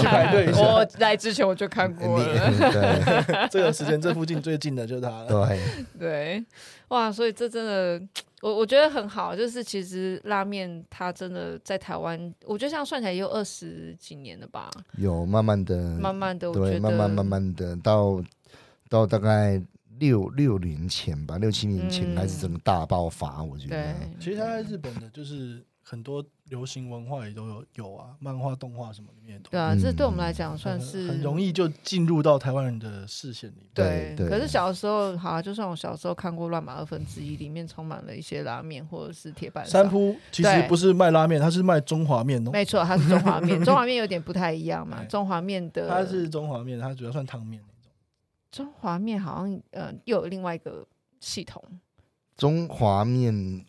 Speaker 3: 去排队一下。
Speaker 2: 我来之前我就看过了，
Speaker 1: 你对
Speaker 3: 这个时间这附近最近的就是它了。
Speaker 1: 对，
Speaker 2: 对，哇，所以这真的，我我觉得很好，就是其实拉面它真的在台湾，我觉得这样算起来也有二十几年了吧，
Speaker 1: 有慢慢的，
Speaker 2: 慢慢的，我觉
Speaker 1: 嗯对，
Speaker 2: 得
Speaker 1: 慢慢慢慢的到到大概六六年前吧，六七年前
Speaker 2: 嗯
Speaker 1: 开始整个大爆发，我觉
Speaker 2: 对
Speaker 1: 得。，
Speaker 3: 其实它在日本的，就是很多流行文化也都有有啊，漫画、动画什么里面也都
Speaker 2: 对
Speaker 3: 有
Speaker 2: 啊，
Speaker 1: 嗯
Speaker 2: 这对我们来讲算
Speaker 3: 很
Speaker 2: 是
Speaker 3: 很容易就进入到台湾人的视线里面。
Speaker 2: 对，
Speaker 1: 对对
Speaker 2: 可是小时候，好、啊，就算我小时候看过《乱码二分之一》，里面充满了一些拉面或者是铁板烧
Speaker 3: 三铺其实不是卖拉面，它是卖中华面哦，
Speaker 2: 没错，它是中 华面，中华面有点不太一样嘛。
Speaker 3: 对
Speaker 2: 中华面的，
Speaker 3: 它是中华面，它主要算汤面那种。
Speaker 2: 中华面，好像呃又有另外一个系统，
Speaker 1: 中华面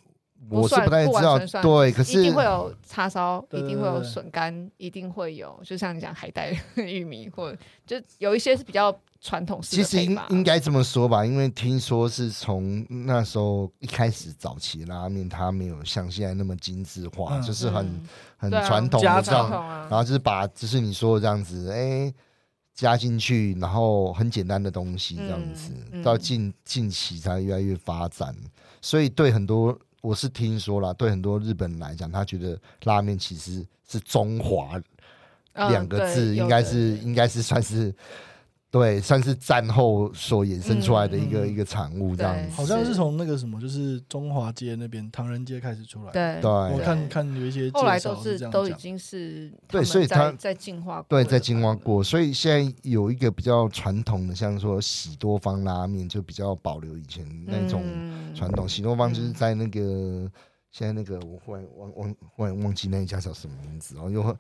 Speaker 1: 我是
Speaker 2: 不算
Speaker 1: 不太
Speaker 2: 不完
Speaker 1: 知道
Speaker 2: 全，算
Speaker 1: 对，可
Speaker 2: 一
Speaker 1: 是
Speaker 2: 定会有叉烧，
Speaker 3: 对
Speaker 2: 一
Speaker 3: 对
Speaker 2: 定会有
Speaker 3: 对对
Speaker 2: 笋干，一定会有，就像你讲海带、 玉米，或者就有一些是比较传统式
Speaker 1: 其
Speaker 2: 的
Speaker 1: 实
Speaker 2: 配
Speaker 1: 应
Speaker 2: 法。
Speaker 1: 应该这么说吧，因为听说是从那时候一开始早期拉面，它没有像现在那么精致化，
Speaker 3: 嗯
Speaker 1: 就是很、
Speaker 2: 嗯
Speaker 1: 很
Speaker 2: 对啊
Speaker 1: 传统
Speaker 3: 家
Speaker 1: 的
Speaker 2: 家
Speaker 1: 这
Speaker 2: 传
Speaker 1: 样，
Speaker 2: 统
Speaker 3: 常
Speaker 2: 啊
Speaker 1: 然，后就是把就是你说的这样子，哎、加进去，然后很简单的东西这样子，
Speaker 2: 嗯嗯
Speaker 1: 到近近期才越来越发展，所以对很多。我是听说啦，对很多日本人来讲，他觉得拉面其实是中华
Speaker 2: 嗯
Speaker 1: 两个
Speaker 2: 对
Speaker 1: 字，
Speaker 2: 有
Speaker 1: 应该
Speaker 2: 的
Speaker 1: 是应该是算是对，算是战后所衍生出来的一个、
Speaker 3: 嗯嗯
Speaker 1: 一个产物这样子。
Speaker 3: 好像是从那个什么，就是中华街那边唐人街开始出来。，
Speaker 2: 对
Speaker 1: 对
Speaker 3: 我
Speaker 2: 对
Speaker 3: 看看有一些
Speaker 2: 后
Speaker 3: 介
Speaker 2: 来都
Speaker 3: 绍
Speaker 2: 是
Speaker 3: 这样
Speaker 2: 都已
Speaker 3: 讲。
Speaker 2: 经是
Speaker 1: 对
Speaker 2: 们
Speaker 1: 所以
Speaker 2: 在
Speaker 1: 它
Speaker 2: 在进化过
Speaker 1: 对，
Speaker 2: 的
Speaker 1: 在金光
Speaker 2: 版本
Speaker 1: 过，所以现在有一个比较传统的，像说喜多方拉面，就比较保留以前那种
Speaker 2: 嗯
Speaker 1: 传统。喜多方就是
Speaker 2: 嗯
Speaker 1: 在那个、现在那个，我忽然忘忘忽然忘记那一家叫什么名字哦，又会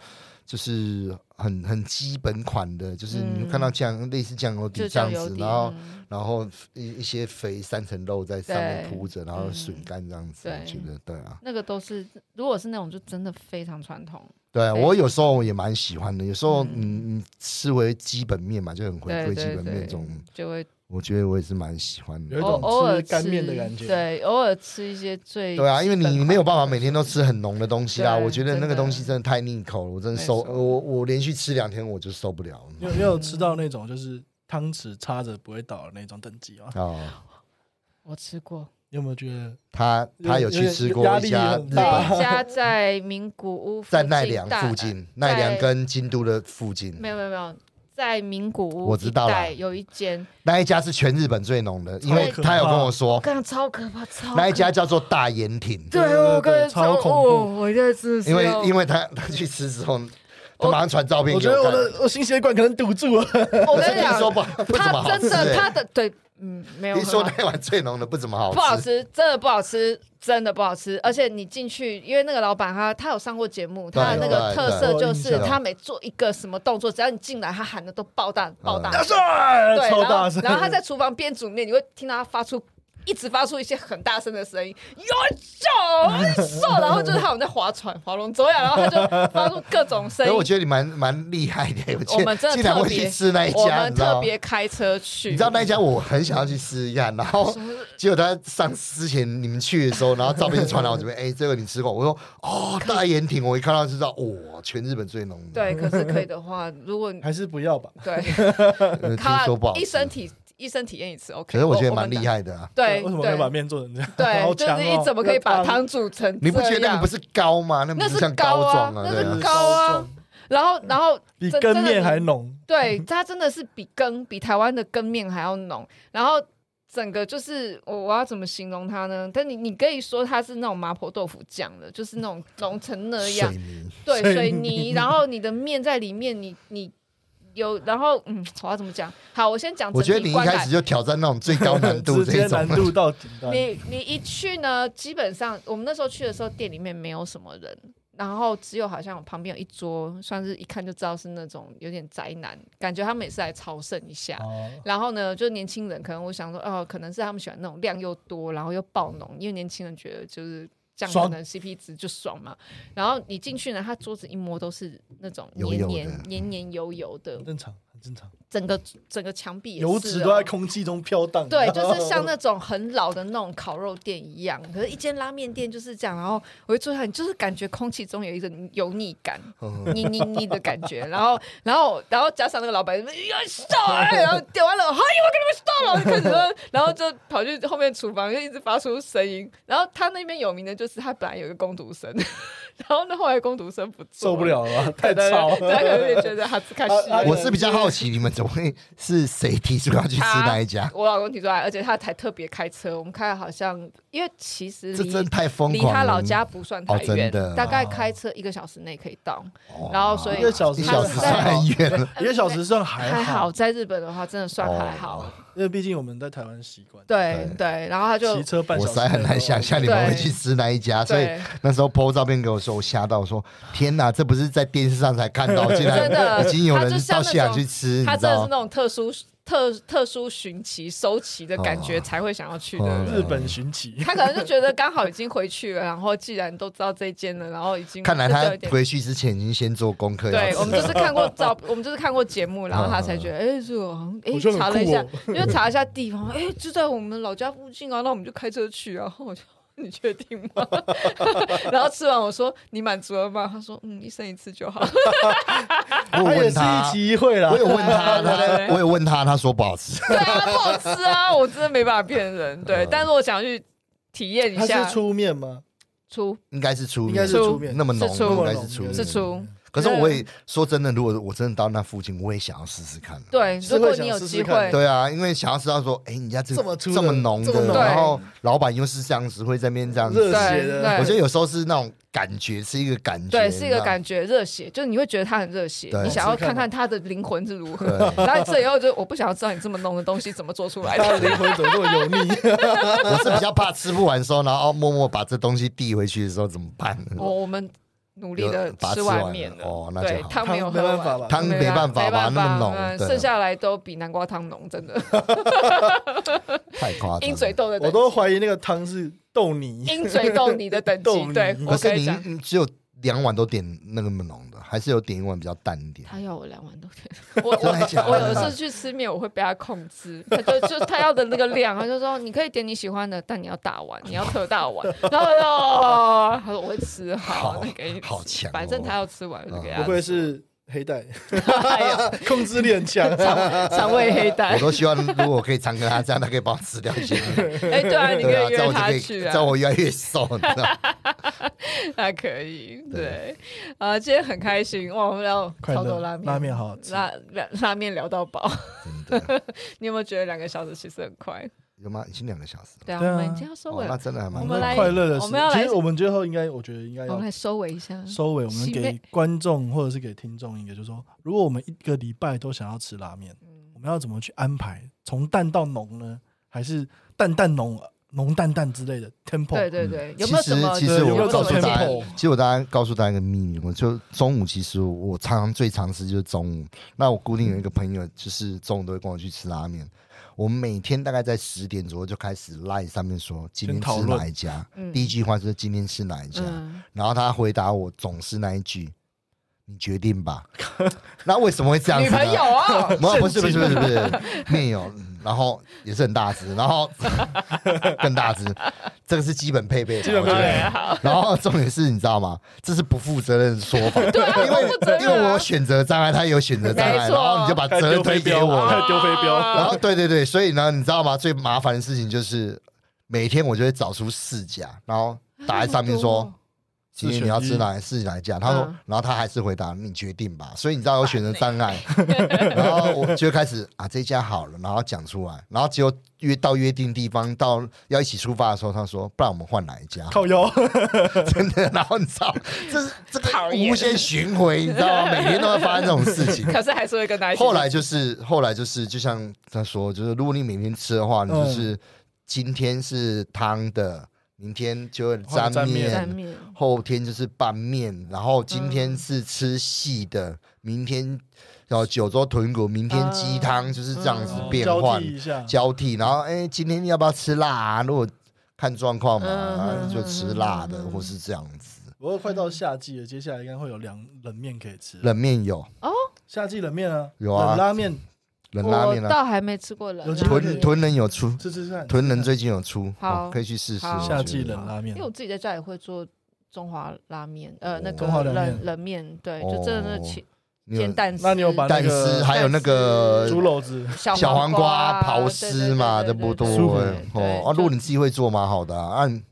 Speaker 1: 就是很很基本款的，就是你会看到
Speaker 2: 嗯
Speaker 1: 酱、类似酱油
Speaker 2: 就
Speaker 1: 底这
Speaker 2: 酱
Speaker 1: 样
Speaker 2: 油
Speaker 1: 子，
Speaker 2: 底，
Speaker 1: 然后
Speaker 2: 嗯
Speaker 1: 然后一一些肥三层肉在上面
Speaker 2: 对
Speaker 1: 铺着，然后
Speaker 2: 嗯
Speaker 1: 笋干这样子，
Speaker 2: 对
Speaker 1: 我觉得对啊，
Speaker 2: 那个都是，如果是那种就真的非常传统，
Speaker 1: 对啊
Speaker 2: 对
Speaker 1: 我有时候也蛮喜欢的，有时候
Speaker 2: 嗯
Speaker 1: 嗯嗯吃为基本面嘛，就很回
Speaker 2: 对
Speaker 1: 归基
Speaker 2: 对
Speaker 1: 本面
Speaker 2: 对哦
Speaker 1: 这种，
Speaker 2: 就会
Speaker 1: 我觉得我也是蛮喜欢的
Speaker 3: 有一。
Speaker 2: 偶
Speaker 3: 种
Speaker 2: 偶尔
Speaker 3: 吃干面
Speaker 2: 吃
Speaker 3: 的感觉
Speaker 2: 对，偶尔吃一些最
Speaker 1: 对啊，因为
Speaker 2: 基本
Speaker 1: 你
Speaker 2: 款
Speaker 1: 没有办法
Speaker 2: 的
Speaker 1: 每天都吃很浓的东西啦，
Speaker 2: 对
Speaker 1: 我觉得那
Speaker 2: 真
Speaker 1: 个
Speaker 2: 的
Speaker 1: 东西真的太腻口了，我真的
Speaker 2: 没
Speaker 1: 受
Speaker 2: 错
Speaker 1: 我我连续吃两天我就受不了
Speaker 3: 你有你有吃到那种就是汤匙插着不会倒的那种等级吗？
Speaker 1: 啊。
Speaker 2: 我吃过
Speaker 3: 你有没有觉得
Speaker 1: 他他有去吃过
Speaker 3: 有有
Speaker 1: 一
Speaker 3: 压
Speaker 1: 家日
Speaker 3: 力很
Speaker 2: 那
Speaker 3: 大
Speaker 1: 本，
Speaker 2: 一家在名古屋附
Speaker 1: 在
Speaker 2: 近
Speaker 1: 奈良
Speaker 2: 大
Speaker 1: 附近，奈良
Speaker 2: 在
Speaker 1: 跟京都的附近，
Speaker 2: 没有没有没有，在名古屋
Speaker 1: 我知道
Speaker 2: 一
Speaker 1: 啦
Speaker 2: 带有一间，
Speaker 1: 那一家是全日本最浓的，因为
Speaker 3: 超可
Speaker 1: 他有跟
Speaker 3: 怕
Speaker 1: 我说，
Speaker 2: 刚超可怕，超
Speaker 1: 哦那一家
Speaker 2: 可
Speaker 1: 叫做大盐亭，
Speaker 2: 对
Speaker 3: 对对
Speaker 2: 我
Speaker 3: 对
Speaker 2: 跟哦
Speaker 3: 超恐怖
Speaker 2: 我在吃的时
Speaker 1: 因
Speaker 2: 候，
Speaker 1: 为因为他他去吃之后，他
Speaker 2: 我
Speaker 1: 马上传照片
Speaker 3: 我
Speaker 1: 给
Speaker 3: 觉得我
Speaker 1: 看。
Speaker 3: 的我心血管可能堵住了。
Speaker 2: 我跟你
Speaker 1: 听
Speaker 2: 讲
Speaker 1: 说，不好，不怎么好
Speaker 2: 他
Speaker 1: 吃
Speaker 2: 真的
Speaker 1: 欸。
Speaker 2: 他的对，嗯，没有
Speaker 1: 听
Speaker 2: 很
Speaker 1: 说
Speaker 2: 好
Speaker 1: 那碗最浓的不怎么好吃，
Speaker 2: 不好吃，真的不好吃，真的不好吃。而且你进去，因为那个老板他他有上过节目，
Speaker 1: 对
Speaker 2: 他的那个
Speaker 1: 对
Speaker 2: 特色就是
Speaker 1: 对
Speaker 2: 他每做一个什么动作，只要你进来，他喊的都爆大爆大
Speaker 1: 嗯
Speaker 2: 声，对，
Speaker 3: 超
Speaker 2: 然
Speaker 3: 大
Speaker 2: 后
Speaker 3: 声，
Speaker 2: 然后他在厨房边煮面，你会听到他发出。一直发出一些很大声的声音，有手瘦，然后就是他们在划船、划龙舟呀，然后他就发出各种声
Speaker 1: 所以
Speaker 2: 音。
Speaker 1: 我觉得你蛮蛮厉害的，我
Speaker 2: 我们
Speaker 1: 竟
Speaker 2: 真的
Speaker 1: 竟然
Speaker 2: 特
Speaker 1: 会
Speaker 2: 别
Speaker 1: 去吃那一
Speaker 2: 我
Speaker 1: 家，
Speaker 2: 们
Speaker 1: 你知道
Speaker 2: 特
Speaker 1: 吗？
Speaker 2: 别开车去，
Speaker 1: 你知道那一家我很想要去吃一下，然后结果他上之前你们去的时候，然后照片就传来我这边， 哎，这个你吃过？我说哦，大盐亭，我一看到就知道，哇，全日本最浓的。
Speaker 2: 对，可是可以的话，如果
Speaker 3: 还是不要吧。
Speaker 2: 对，
Speaker 1: 呃，听
Speaker 2: 他
Speaker 1: 说不好吃
Speaker 2: 一身体一身体验一次 OK。
Speaker 1: 可是我觉得
Speaker 2: 们
Speaker 1: 蛮厉
Speaker 2: 打
Speaker 1: 害的啊。
Speaker 2: 对，
Speaker 3: 为什么可以把面做成这样？ 好
Speaker 2: 对，对，
Speaker 3: 强
Speaker 2: 就是
Speaker 3: 哦
Speaker 2: 你怎么可以把？汤煮成
Speaker 1: 你不觉得
Speaker 2: 这
Speaker 1: 那
Speaker 2: 样
Speaker 1: 个不是高吗？那
Speaker 2: 那
Speaker 1: 不
Speaker 2: 是
Speaker 1: 像
Speaker 2: 高啊
Speaker 1: 壮
Speaker 2: 那
Speaker 1: 对
Speaker 2: 是
Speaker 1: 啊
Speaker 3: 对
Speaker 2: 高啊，然
Speaker 1: 嗯
Speaker 2: 后，然后
Speaker 3: 比
Speaker 2: 真
Speaker 3: 羹
Speaker 2: 真的
Speaker 3: 面
Speaker 2: 你
Speaker 3: 还浓。
Speaker 2: 对它真的是比羹比台湾的羹面还要浓，然后整个就是我我要怎么形容它呢？但你你可以说它是那种麻婆豆腐酱的，就是那种浓成那样
Speaker 1: 水，泥
Speaker 2: 对
Speaker 3: 水
Speaker 2: 水泥，然后你的面在里面，你你。有，然后嗯，我要怎么讲？好，我先讲哦整
Speaker 1: 我觉得
Speaker 2: 体
Speaker 1: 你一
Speaker 2: 观
Speaker 1: 开
Speaker 2: 感
Speaker 1: 始。就挑战那种最 高 难度
Speaker 3: 直接
Speaker 1: 这
Speaker 3: 难
Speaker 1: 种，
Speaker 3: 度 到底。
Speaker 2: 你你一去呢，基本上我们那时候去的时候，店里面没有什么人，然后只有好像旁边有一桌，算是一看就知道是那种有点宅男，感觉他们也是来朝圣一下。
Speaker 3: 哦，
Speaker 2: 然后呢，就年轻人可能我想说，哦，可能是他们喜欢那种量又多，然后又爆浓，因为年轻人觉得就是这样可
Speaker 3: 爽
Speaker 2: 能 CP 值就爽嘛。然后你进去呢，他桌子一摸都是那种
Speaker 1: 油
Speaker 2: 黏
Speaker 1: 油
Speaker 2: 黏
Speaker 1: 的
Speaker 2: 黏黏油油的
Speaker 3: 很，正常，很正常，
Speaker 2: 整个整个墙壁也
Speaker 3: 油
Speaker 2: 是
Speaker 3: 脂
Speaker 2: 哦
Speaker 3: 都在空气中飘荡。
Speaker 2: 对，就是像那种很老的那种烤肉店一样，可是一间拉面店就是这样。然后我就坐下来，你就是感觉空气中有一种油腻感，
Speaker 1: 嗯
Speaker 2: 腻腻腻的感觉。然后，然后，然后加上那个老板要笑啊，然后点完了，嗨，我跟你们笑了，开始，然后就跑去后面厨房，就一直发出声音。然后他那边有名的就是他本来有一个工读生， 然后呢后来工读生不做
Speaker 3: 受不，了了，太
Speaker 2: 对对
Speaker 3: 吵
Speaker 2: 对，他可能
Speaker 3: 了。
Speaker 2: 也觉得他是看戏
Speaker 3: 啊啊。
Speaker 1: 我是比较好奇你们怎么会是谁提出要去吃那一 家？
Speaker 2: 我老公提出来，而且他才特别开车，我们开了好像，因为其实
Speaker 1: 这
Speaker 2: 离
Speaker 1: 真的太疯
Speaker 2: 离
Speaker 1: 狂了！
Speaker 2: 他老家不算太
Speaker 1: 哦真
Speaker 2: 远，
Speaker 1: 的
Speaker 2: 大概开车一个小时内可以到。
Speaker 1: 哇
Speaker 2: 然后所以
Speaker 3: 一个小时
Speaker 1: 哦一小时算很远了，
Speaker 3: 一个小时算还
Speaker 2: 还
Speaker 3: 好
Speaker 2: 好，，在日本的话，真的算还好。
Speaker 1: 哦
Speaker 3: 因为毕竟我们在台湾习惯，
Speaker 2: 对对，然后他就
Speaker 3: 骑车半
Speaker 1: 我
Speaker 3: 小
Speaker 1: 实
Speaker 3: 时，
Speaker 1: 在很难想象你们会去吃那一家，所以
Speaker 2: 对
Speaker 1: 那时候 PO 照片给我的时候，我吓到，我说天哪，这不是在电视上才看到，竟
Speaker 2: 真
Speaker 1: 然
Speaker 2: 的
Speaker 1: 已经有
Speaker 2: 他
Speaker 1: 人
Speaker 2: 就像
Speaker 1: 到
Speaker 2: 那
Speaker 1: 现场
Speaker 2: 种
Speaker 1: 去吃，
Speaker 2: 他
Speaker 1: 你知
Speaker 2: 真的是
Speaker 1: 道
Speaker 2: 那？种特殊特特殊寻奇收奇的感觉
Speaker 1: 哦
Speaker 2: 才会想要去
Speaker 1: 哦
Speaker 2: 的人。
Speaker 3: 日本寻奇。
Speaker 2: 他可能就觉得刚好已经回去了，然后既然都知道这间了，然后已经
Speaker 1: 看来
Speaker 2: 就
Speaker 1: 他
Speaker 2: 有点
Speaker 1: 回去之前已经先做功课，
Speaker 2: 对，
Speaker 1: 要
Speaker 2: 我
Speaker 1: 吃
Speaker 2: 们就是看过照，我们就是看过节目，然后他才觉得，哎，这个好像，
Speaker 3: 啊我觉
Speaker 2: 哎，
Speaker 3: 得
Speaker 2: 查
Speaker 3: 很
Speaker 2: 了一下
Speaker 3: 酷，哦
Speaker 2: 因为查一下地方，哎，就在我们老家附近啊，那我们就开车去啊。然后我就， 你确定吗？ 然后吃完我说，你满足了吗？他说，嗯，一生一次就好。
Speaker 1: 我有
Speaker 3: 他也
Speaker 1: 问
Speaker 3: 是
Speaker 1: 他
Speaker 3: 一，期一会啦
Speaker 1: 我。有问他，
Speaker 3: 啊
Speaker 2: 对对 对
Speaker 1: 他
Speaker 2: 对
Speaker 1: 我有问他，他说不好吃。
Speaker 2: 对啊，不好吃啊，我真的没办法骗人。对，但是我想去体验一
Speaker 3: 嗯他
Speaker 2: 下
Speaker 3: 是，出面吗？
Speaker 2: 出
Speaker 1: 应该是粗面，
Speaker 3: 应该是
Speaker 2: 出
Speaker 3: 出面，
Speaker 1: 那么浓，
Speaker 2: 是粗
Speaker 1: 应该是粗
Speaker 3: 嗯
Speaker 1: 面。
Speaker 2: 是出，
Speaker 1: 可是我也说真的，如果我真的到那附近，我也想要试试看。
Speaker 2: 对，
Speaker 3: 是
Speaker 2: 如果
Speaker 3: 会
Speaker 2: 你
Speaker 3: 想
Speaker 2: 有
Speaker 3: 试试
Speaker 2: 机
Speaker 3: 看
Speaker 2: 会，
Speaker 1: 对啊，因为想要知道说，哎，你家这
Speaker 3: 这么粗的
Speaker 1: 这么浓
Speaker 3: 这么
Speaker 1: 的，
Speaker 2: 浓
Speaker 1: 然后老板又是这样子，会在那边这样子
Speaker 2: 对
Speaker 3: 热。血的，
Speaker 1: 我
Speaker 2: 对
Speaker 1: 觉得有时候是那种感觉，是一个感觉，
Speaker 2: 对，是一
Speaker 1: 你
Speaker 2: 个
Speaker 1: 知道
Speaker 2: 感觉热血，就是你会觉得他很热血
Speaker 1: 对，
Speaker 2: 你想要看
Speaker 3: 看
Speaker 2: 看他的灵魂是如何。
Speaker 1: 对，
Speaker 2: 然后这以后就我不想要知道你这么浓的东西怎么做出 来
Speaker 3: 他
Speaker 2: 的。
Speaker 3: 的灵魂怎么这么油腻？
Speaker 1: 我是比较怕吃不完的时候，然后默默把这东西递回去的时候怎么办呢？
Speaker 2: 哦我我们努力的
Speaker 1: 有把它吃
Speaker 2: 完
Speaker 1: 完
Speaker 2: 面
Speaker 1: 了哦那就
Speaker 2: 对
Speaker 1: 好
Speaker 2: 汤没有
Speaker 3: 汤
Speaker 2: 喝
Speaker 3: 没办法
Speaker 2: 完，啊
Speaker 3: 吧？
Speaker 1: 汤没办法吧，那
Speaker 2: 没
Speaker 1: 么
Speaker 2: 办法
Speaker 1: 浓，
Speaker 2: 嗯
Speaker 1: 对
Speaker 2: 剩下来都比南瓜汤浓， 真的
Speaker 1: 太夸张
Speaker 2: 鹰嘴
Speaker 1: 了。
Speaker 2: 豆的等
Speaker 3: 我
Speaker 2: 级，
Speaker 3: 都怀疑那个汤是豆泥。
Speaker 2: 鹰嘴豆泥的等
Speaker 3: 豆
Speaker 2: 级
Speaker 3: 泥，
Speaker 2: 对
Speaker 3: 可
Speaker 2: 我
Speaker 1: 可是
Speaker 2: 跟
Speaker 1: 你
Speaker 2: 讲，
Speaker 1: 你只有两碗都点那个那么浓的，还是有点一碗比较淡一点？
Speaker 2: 他要我两碗都可以。 我
Speaker 1: 真的假的
Speaker 2: 我我有时候去吃面，我会被他控制，他就就他要的那个量，他就说你可以点你喜欢的，但你要大碗，你要特大碗。然后我就哦他说我会吃，
Speaker 1: 好
Speaker 2: 好，那给你吃
Speaker 1: 好强哦
Speaker 2: 反正他要吃完我就给
Speaker 1: 嗯
Speaker 2: 他吃。
Speaker 3: 不愧是黑带，
Speaker 2: 哎呦
Speaker 3: 控制力很强。啊
Speaker 2: 肠肠胃黑
Speaker 1: 我
Speaker 2: 带。
Speaker 1: 都希望如果可以常跟他这样，他可以帮我吃掉一些。
Speaker 2: 哎，对啊，你可
Speaker 1: 对啊，
Speaker 2: 以
Speaker 1: 这样
Speaker 2: 约
Speaker 1: 我就
Speaker 2: 他
Speaker 1: 可以，
Speaker 2: 去
Speaker 1: 这
Speaker 2: 啊，
Speaker 1: 样我越来越瘦，你知 道？
Speaker 2: 那可以。
Speaker 1: 对
Speaker 2: 对，啊，今天很开心哇，我们聊
Speaker 3: 快
Speaker 2: 潮州
Speaker 3: 乐
Speaker 2: 拉面，
Speaker 3: 拉面好好吃，
Speaker 2: 拉拉拉面聊到饱。
Speaker 1: 真的
Speaker 2: 你有没有觉得两个小时其实很快？
Speaker 1: 有吗？已经两个小时了，
Speaker 2: 对啊，
Speaker 3: 对啊
Speaker 2: 我们已经要收
Speaker 1: 哦
Speaker 2: 尾，
Speaker 1: 那
Speaker 2: 了，
Speaker 1: 真的还蛮
Speaker 2: 我
Speaker 3: 我
Speaker 2: 们来
Speaker 3: 快乐的
Speaker 2: 我
Speaker 3: 事
Speaker 2: 们要。来
Speaker 3: 其实我们最后应该，我觉得应该
Speaker 2: 我
Speaker 3: 要
Speaker 2: 们来收尾一下。
Speaker 3: 收尾，我们
Speaker 2: 洗
Speaker 3: 给
Speaker 2: 面
Speaker 3: 观众或者是给听众一个，就是说，如果我们一个礼拜都想要吃拉面，
Speaker 2: 嗯
Speaker 3: 我们要怎么去安排？从淡到浓呢，还是淡淡浓、浓淡淡之类的 tempo？
Speaker 2: 对对对，有没有
Speaker 1: 嗯其实
Speaker 2: 什么？
Speaker 1: 其
Speaker 3: 对
Speaker 1: 实
Speaker 3: 有没
Speaker 1: 我
Speaker 3: 有
Speaker 1: 告
Speaker 3: 什
Speaker 1: 诉
Speaker 3: 么
Speaker 1: 大家
Speaker 2: 建
Speaker 3: 建议，
Speaker 1: 其实我大家告诉大家一个秘密，我就中午其实我我常常最常吃就是中午。那我固定有一个朋友，就是中午都会跟我去吃拉面。我们每天大概在十点左右就开始 line 上面说今天
Speaker 3: 先讨
Speaker 1: 吃
Speaker 3: 论
Speaker 1: 哪一家，
Speaker 2: 嗯
Speaker 1: 第一句话就是今天吃哪一家，
Speaker 2: 嗯，
Speaker 1: 然后他回答我总是那一句你决定 吧。那为什么会这样
Speaker 2: 女
Speaker 1: 子呢？
Speaker 2: 朋友 啊，
Speaker 1: 没有，不是不是不是不是面有，嗯然后也是很大只，然后更大只，这个是基本配备吧，
Speaker 3: 基本配备
Speaker 1: 我觉得。然后重点是，你知道吗？这是不负责任的说法，对、因
Speaker 2: 不负责
Speaker 1: 为
Speaker 2: 任啊
Speaker 1: 因为我有选择障碍，他也有选择障碍，
Speaker 2: 没错
Speaker 1: 然后你就把责任推给我，
Speaker 3: 太丢飞啊镖，
Speaker 1: 然后对对对，所以呢，你知道吗？最麻烦的事情就是每天我就会找出四家，然后打在上面说。今天你要吃哪是哪一家？他说
Speaker 2: 嗯，
Speaker 1: 然后他还是回答你决定吧。所以你知道有选择障碍，然后我就开始啊这家好了，然后讲出来，然后结果约到约定地方到要一起出发的时候，他说不然我们换哪一家？
Speaker 3: 靠腰，
Speaker 1: 真的，然后你知道这是这个
Speaker 2: 讨厌
Speaker 1: 无限循环，你知道吗？每天都会发生这种事情。
Speaker 2: 可是还是会跟大家一起
Speaker 1: 后来就是后来就是，就像他说，就是如果你每天吃的话，你
Speaker 2: 嗯
Speaker 1: 就是今天是汤的，明天就会
Speaker 3: 换
Speaker 1: 沾
Speaker 3: 沾面
Speaker 2: 沾
Speaker 1: 面，
Speaker 2: 面，
Speaker 1: 后天就是拌面，然后今天
Speaker 2: 嗯
Speaker 1: 是吃细的，明天然后九州豚骨，明天鸡汤，就是这样子
Speaker 2: 嗯
Speaker 1: 变
Speaker 3: 交
Speaker 1: 换
Speaker 3: 替一下，
Speaker 1: 交替。然后哎，今天要不要吃辣啊？如果看状况嘛，
Speaker 2: 嗯
Speaker 1: 然后就吃辣的，
Speaker 2: 嗯嗯嗯
Speaker 1: 或是这样子。
Speaker 3: 不过快到夏季了，接下来应该会有凉冷面可以吃。
Speaker 1: 冷面有
Speaker 3: 夏季冷面啊，
Speaker 1: 有啊
Speaker 3: 冷拉面
Speaker 1: 冷拉面
Speaker 2: 我
Speaker 1: 啊，
Speaker 2: 倒还没吃过冷
Speaker 3: 有
Speaker 2: 拉
Speaker 3: 机会
Speaker 1: 豚
Speaker 2: 面
Speaker 1: 豚人有出，
Speaker 3: 吃吃看。
Speaker 1: 豚人最近有出，
Speaker 2: 好
Speaker 1: 哦可以去试试。
Speaker 2: 好
Speaker 1: 我觉
Speaker 3: 夏
Speaker 1: 得
Speaker 3: 季冷拉面
Speaker 2: 因
Speaker 3: 哦
Speaker 2: 为，我自己在家也会做中华拉面，呃，那
Speaker 1: 中
Speaker 2: 个
Speaker 3: 华冷面
Speaker 2: 冷冷面，对，就真的
Speaker 1: 哦
Speaker 2: 是起
Speaker 1: 你有
Speaker 2: 煎蛋丝，
Speaker 3: 那你有把那
Speaker 1: 蛋
Speaker 3: 个
Speaker 1: 丝，还有那个
Speaker 3: 猪篓子
Speaker 2: 小
Speaker 1: 小黄
Speaker 2: 瓜啊
Speaker 1: 瓜刨丝嘛，
Speaker 2: 对
Speaker 1: 这
Speaker 2: 对
Speaker 1: 不
Speaker 2: 对
Speaker 1: 多
Speaker 2: 对
Speaker 3: 舒服
Speaker 2: 对
Speaker 1: 哦。
Speaker 2: 对
Speaker 1: 啊，如果
Speaker 2: 就
Speaker 1: 你自己会做，蛮好的啊。按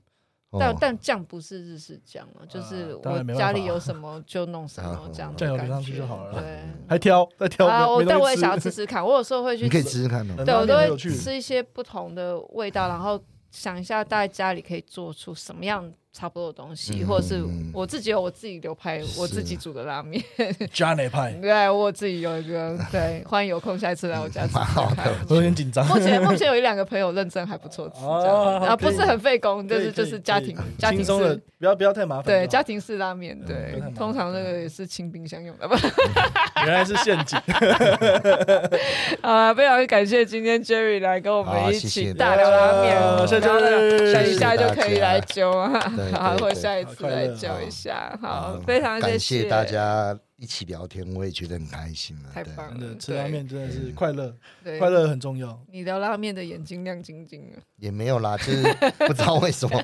Speaker 2: 但但酱不是日式酱啊，就是
Speaker 3: 哦啊当
Speaker 2: 我
Speaker 3: 然没办
Speaker 2: 家
Speaker 3: 法
Speaker 2: 里有什么就弄什么这样的
Speaker 3: 酱油
Speaker 2: 感
Speaker 3: 淋上去
Speaker 2: 觉
Speaker 3: 就好了
Speaker 2: 对，
Speaker 3: 还挑，再挑。
Speaker 2: 啊，我
Speaker 3: 没
Speaker 2: 但
Speaker 3: 东西
Speaker 2: 我也想要吃吃看，我有时 候会去
Speaker 1: 你可以吃吃看哦。
Speaker 3: 冷
Speaker 2: 对，
Speaker 3: 拉
Speaker 2: 我都
Speaker 3: 面很有
Speaker 2: 会
Speaker 3: 趣
Speaker 2: 吃一些不同的味道，然后想一下大概家里可以做出什么样差不多的东西，
Speaker 1: 嗯
Speaker 2: 或者是
Speaker 1: 嗯嗯
Speaker 2: 我自己有我自己流派，我自己
Speaker 1: 是
Speaker 2: 煮的拉面。
Speaker 3: 加奶派，
Speaker 2: 对，我自己有一个，对，欢迎有空下一次来我
Speaker 3: 嗯
Speaker 2: 家吃吃看。
Speaker 3: 我有点紧张。
Speaker 2: 目前目前有一两个朋友认真还不错吃，这样
Speaker 3: 哦
Speaker 2: 啊，
Speaker 3: 可以
Speaker 2: 不是很费工，
Speaker 3: 可
Speaker 2: 就
Speaker 3: 以
Speaker 2: 是就
Speaker 3: 可以
Speaker 2: 是家
Speaker 3: 可以
Speaker 2: 庭家庭
Speaker 3: 轻松的
Speaker 2: 式，，
Speaker 3: 不要不要太麻烦就好。
Speaker 2: 对家庭式拉面，对
Speaker 3: 嗯嗯，
Speaker 2: 通常那个也是清冰箱用 的吧。
Speaker 3: 原来是陷阱。
Speaker 2: 好了，非常感谢今天 Jerry 来跟我
Speaker 1: 好
Speaker 2: 们一
Speaker 1: 谢谢
Speaker 2: 起 大聊拉面
Speaker 1: 大家
Speaker 2: 哦，
Speaker 3: 谢谢
Speaker 2: 当然等一下
Speaker 1: 谢谢
Speaker 2: 就
Speaker 1: 大
Speaker 2: 可以
Speaker 1: 家
Speaker 2: 来揪啊
Speaker 1: 对，
Speaker 2: 好，
Speaker 1: 对
Speaker 2: 或
Speaker 1: 对
Speaker 2: 下一次
Speaker 3: 快乐
Speaker 2: 来
Speaker 3: 啊
Speaker 2: 揪一下，好
Speaker 1: 好，
Speaker 2: 非常
Speaker 1: 感
Speaker 2: 谢
Speaker 1: 谢大，家一起聊天，我也觉得很开心了。
Speaker 2: 太
Speaker 1: 对
Speaker 2: 棒
Speaker 3: 真的
Speaker 2: 了，
Speaker 3: 吃拉面真的是快乐，
Speaker 2: 对，
Speaker 3: 快
Speaker 2: 对，
Speaker 3: 乐很重要。
Speaker 2: 你聊拉面的眼睛亮晶晶啊了。
Speaker 1: 也没有啦，就是不知道为什 么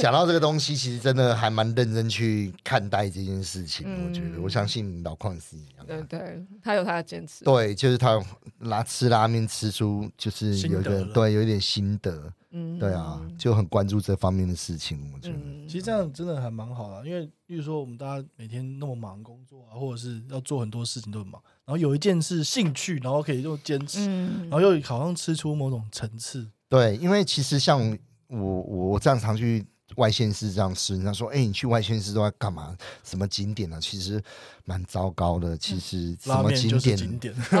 Speaker 1: 讲到这个东西，其实真的还蛮认真去看待这件事情。我觉得，
Speaker 2: 嗯
Speaker 1: 我相信老邝是一样的
Speaker 2: 对。对，他有他的坚
Speaker 1: 啊
Speaker 2: 持。
Speaker 1: 对，就是他拉吃拉面吃出就是有一
Speaker 3: 心得
Speaker 1: 个
Speaker 3: 了
Speaker 1: 对有一点心得，
Speaker 2: 嗯，
Speaker 1: 对啊，就很关注这方面的事情。我觉得，
Speaker 2: 嗯，
Speaker 3: 其实这样真的还蛮好的，因为例如说我们大家每天那么忙工作啊，或者是要做很多事情都很忙，然后有一件是兴趣，然后可以又坚持，
Speaker 2: 嗯
Speaker 3: 然后又好像吃出某种层次。
Speaker 1: 对，因为其实像我我我这样常去外县市这样吃，人家说，哎、你去外县市都在干嘛？什么景点啊？其实蛮糟糕的。其实什
Speaker 3: 拉
Speaker 1: 么
Speaker 3: 面
Speaker 1: 景
Speaker 3: 就是
Speaker 1: 点？
Speaker 3: 景点，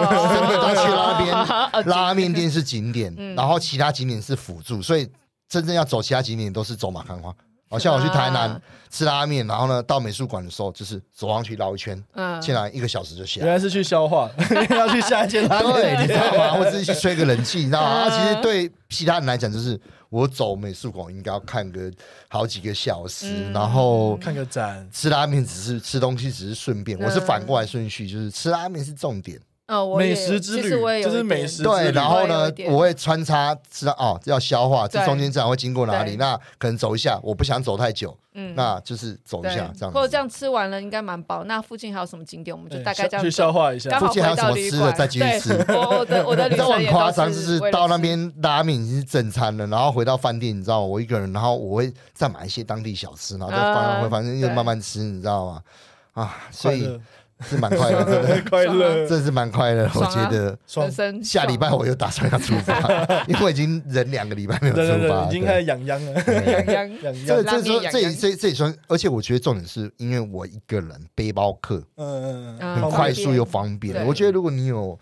Speaker 1: 真的都去拉面
Speaker 2: 边
Speaker 1: 拉面店是景点，
Speaker 2: 嗯
Speaker 1: 然后其他景点是辅助，所以真正要走其他景点都是走马看花。好像我去台南
Speaker 2: 啊
Speaker 1: 吃拉面，然后呢到美术馆的时候，就是走上去绕一圈，
Speaker 2: 嗯
Speaker 1: 竟然一个小时就下
Speaker 3: 原
Speaker 1: 来。
Speaker 3: 来是去消化， 要去下一间拉
Speaker 1: 对，你知
Speaker 3: 面店。
Speaker 1: 道吗？或者是去吹个冷气，你知道吗？
Speaker 2: 嗯
Speaker 1: 啊其实对其他人来讲，就是我走美术馆应该要看个好几个小时，
Speaker 2: 嗯
Speaker 1: 然后
Speaker 3: 看个展，
Speaker 1: 吃拉面只是吃东西，只是顺便。我是反过来顺序，就是吃拉面是重点。
Speaker 2: 嗯，我
Speaker 3: 美
Speaker 2: 也
Speaker 3: 食之
Speaker 2: 其
Speaker 3: 旅
Speaker 2: 实我也有
Speaker 3: 就是
Speaker 2: 一
Speaker 3: 美
Speaker 2: 点
Speaker 3: 食之
Speaker 1: 对，
Speaker 3: 旅
Speaker 1: 然后
Speaker 2: 会有
Speaker 1: 呢
Speaker 2: 一，点
Speaker 1: 我会穿插知道哦，要消化，这
Speaker 2: 对
Speaker 1: 中间这样会经过哪里？
Speaker 2: 对
Speaker 1: 那可能走一下，我不想走太久，
Speaker 2: 嗯
Speaker 1: 那就是走一
Speaker 2: 对
Speaker 1: 下这样。
Speaker 2: 或者这，样吃完了应该蛮饱。那附近还有什么景点？我们就
Speaker 3: 对
Speaker 2: 大概这样
Speaker 3: 去
Speaker 2: 子
Speaker 3: 哎消化一下
Speaker 2: 刚。好
Speaker 1: 附近还有
Speaker 2: 回
Speaker 1: 什
Speaker 2: 到
Speaker 1: 么
Speaker 2: 旅
Speaker 1: 吃
Speaker 2: 馆
Speaker 1: 的再继续
Speaker 2: 对
Speaker 1: 吃。
Speaker 2: 我我的我的
Speaker 1: 你
Speaker 2: 旅
Speaker 1: 知道我
Speaker 2: 程
Speaker 1: 很
Speaker 2: 也
Speaker 1: 夸
Speaker 2: 都
Speaker 1: 张，就是
Speaker 2: 为了
Speaker 1: 到那
Speaker 2: 吃
Speaker 1: 边拉面已经是正餐了，然后回到饭店，你知道吗我一个人，然后我会再买一些当地小吃，然后就放到
Speaker 2: 啊
Speaker 1: 回房间又
Speaker 2: 对
Speaker 1: 慢慢吃，你知道吗？啊，所
Speaker 3: 快
Speaker 1: 以
Speaker 3: 乐，
Speaker 1: 是蛮快乐 的，
Speaker 3: 快乐，
Speaker 1: 真的是蛮快乐的。我
Speaker 2: 爽啊
Speaker 1: 觉得
Speaker 3: 爽
Speaker 2: 人！生
Speaker 1: 下礼拜我又打算要出 发，因为我已经忍两个礼拜没有
Speaker 3: 对对
Speaker 1: 出
Speaker 3: 对，
Speaker 1: 发，
Speaker 3: 已经
Speaker 1: 对
Speaker 3: 开始痒痒了，
Speaker 1: 对
Speaker 2: 爽 洋 洋
Speaker 3: 痒痒
Speaker 1: 这。
Speaker 2: 拉
Speaker 1: 这
Speaker 2: 面
Speaker 1: 说
Speaker 2: 养
Speaker 1: 这也
Speaker 2: 羊
Speaker 1: 这这也算，而且我觉得重点是因为我一个人背包客，
Speaker 3: 嗯嗯嗯，
Speaker 2: 嗯
Speaker 1: 很
Speaker 3: 好
Speaker 2: 方
Speaker 1: 快
Speaker 2: 便
Speaker 1: 速又方便。
Speaker 2: 对
Speaker 1: 我觉得如果你有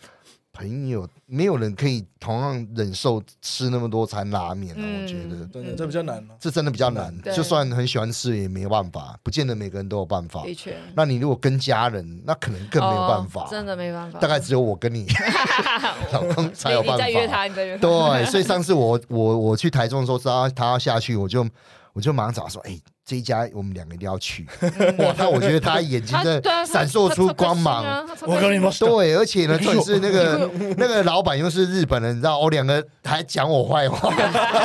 Speaker 1: 朋友，没有人可以同样忍受吃那么多餐拉面啊，
Speaker 2: 嗯
Speaker 1: 我觉得
Speaker 3: 真的这比较难了。
Speaker 1: 这真的比较难。
Speaker 2: 对
Speaker 1: 就算很喜欢吃，也没有办法，不见得每个人都有办法
Speaker 2: 的。确
Speaker 1: 那你如果跟家人，那可能更没有办法
Speaker 2: 哦，真的没办法。
Speaker 1: 大概只有我跟 你老公才有
Speaker 2: 你
Speaker 1: 办
Speaker 2: 你再约
Speaker 1: 法。
Speaker 2: 他，你再 约他。
Speaker 1: 对，所以上次我我我去台中的时候，知道他要下去，我就我就马上找他说，哎、这一家我们两个一定要去。 哇，他我觉得他眼睛
Speaker 2: 他
Speaker 1: 真
Speaker 2: 对啊
Speaker 1: 的
Speaker 2: 他
Speaker 1: 闪烁出光芒。，
Speaker 2: 我跟你们
Speaker 1: 对，而且呢，重点是那 个那个老板又是日本人，你知道，我哦两个还讲我坏话，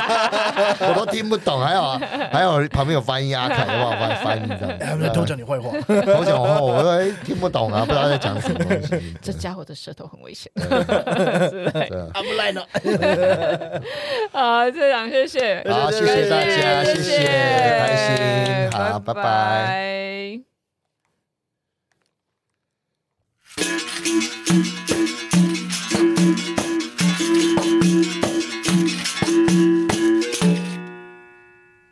Speaker 1: 我都听不懂。还有 啊还有旁边有翻译阿啊凯，帮我翻翻译，你知道 吗
Speaker 3: 哎他们在偷讲你坏话，
Speaker 1: 偷讲话，我说哎听不懂啊，不知道在讲什么东 西。
Speaker 2: 这家伙的舌头很危险。
Speaker 1: 对啊
Speaker 3: 阿不来呢。
Speaker 2: 好，这场谢谢。
Speaker 1: 好，谢谢大家，
Speaker 2: 谢
Speaker 1: 谢
Speaker 2: 谢
Speaker 1: 谢，开心，
Speaker 2: 拜
Speaker 1: 啦，拜拜
Speaker 2: 拜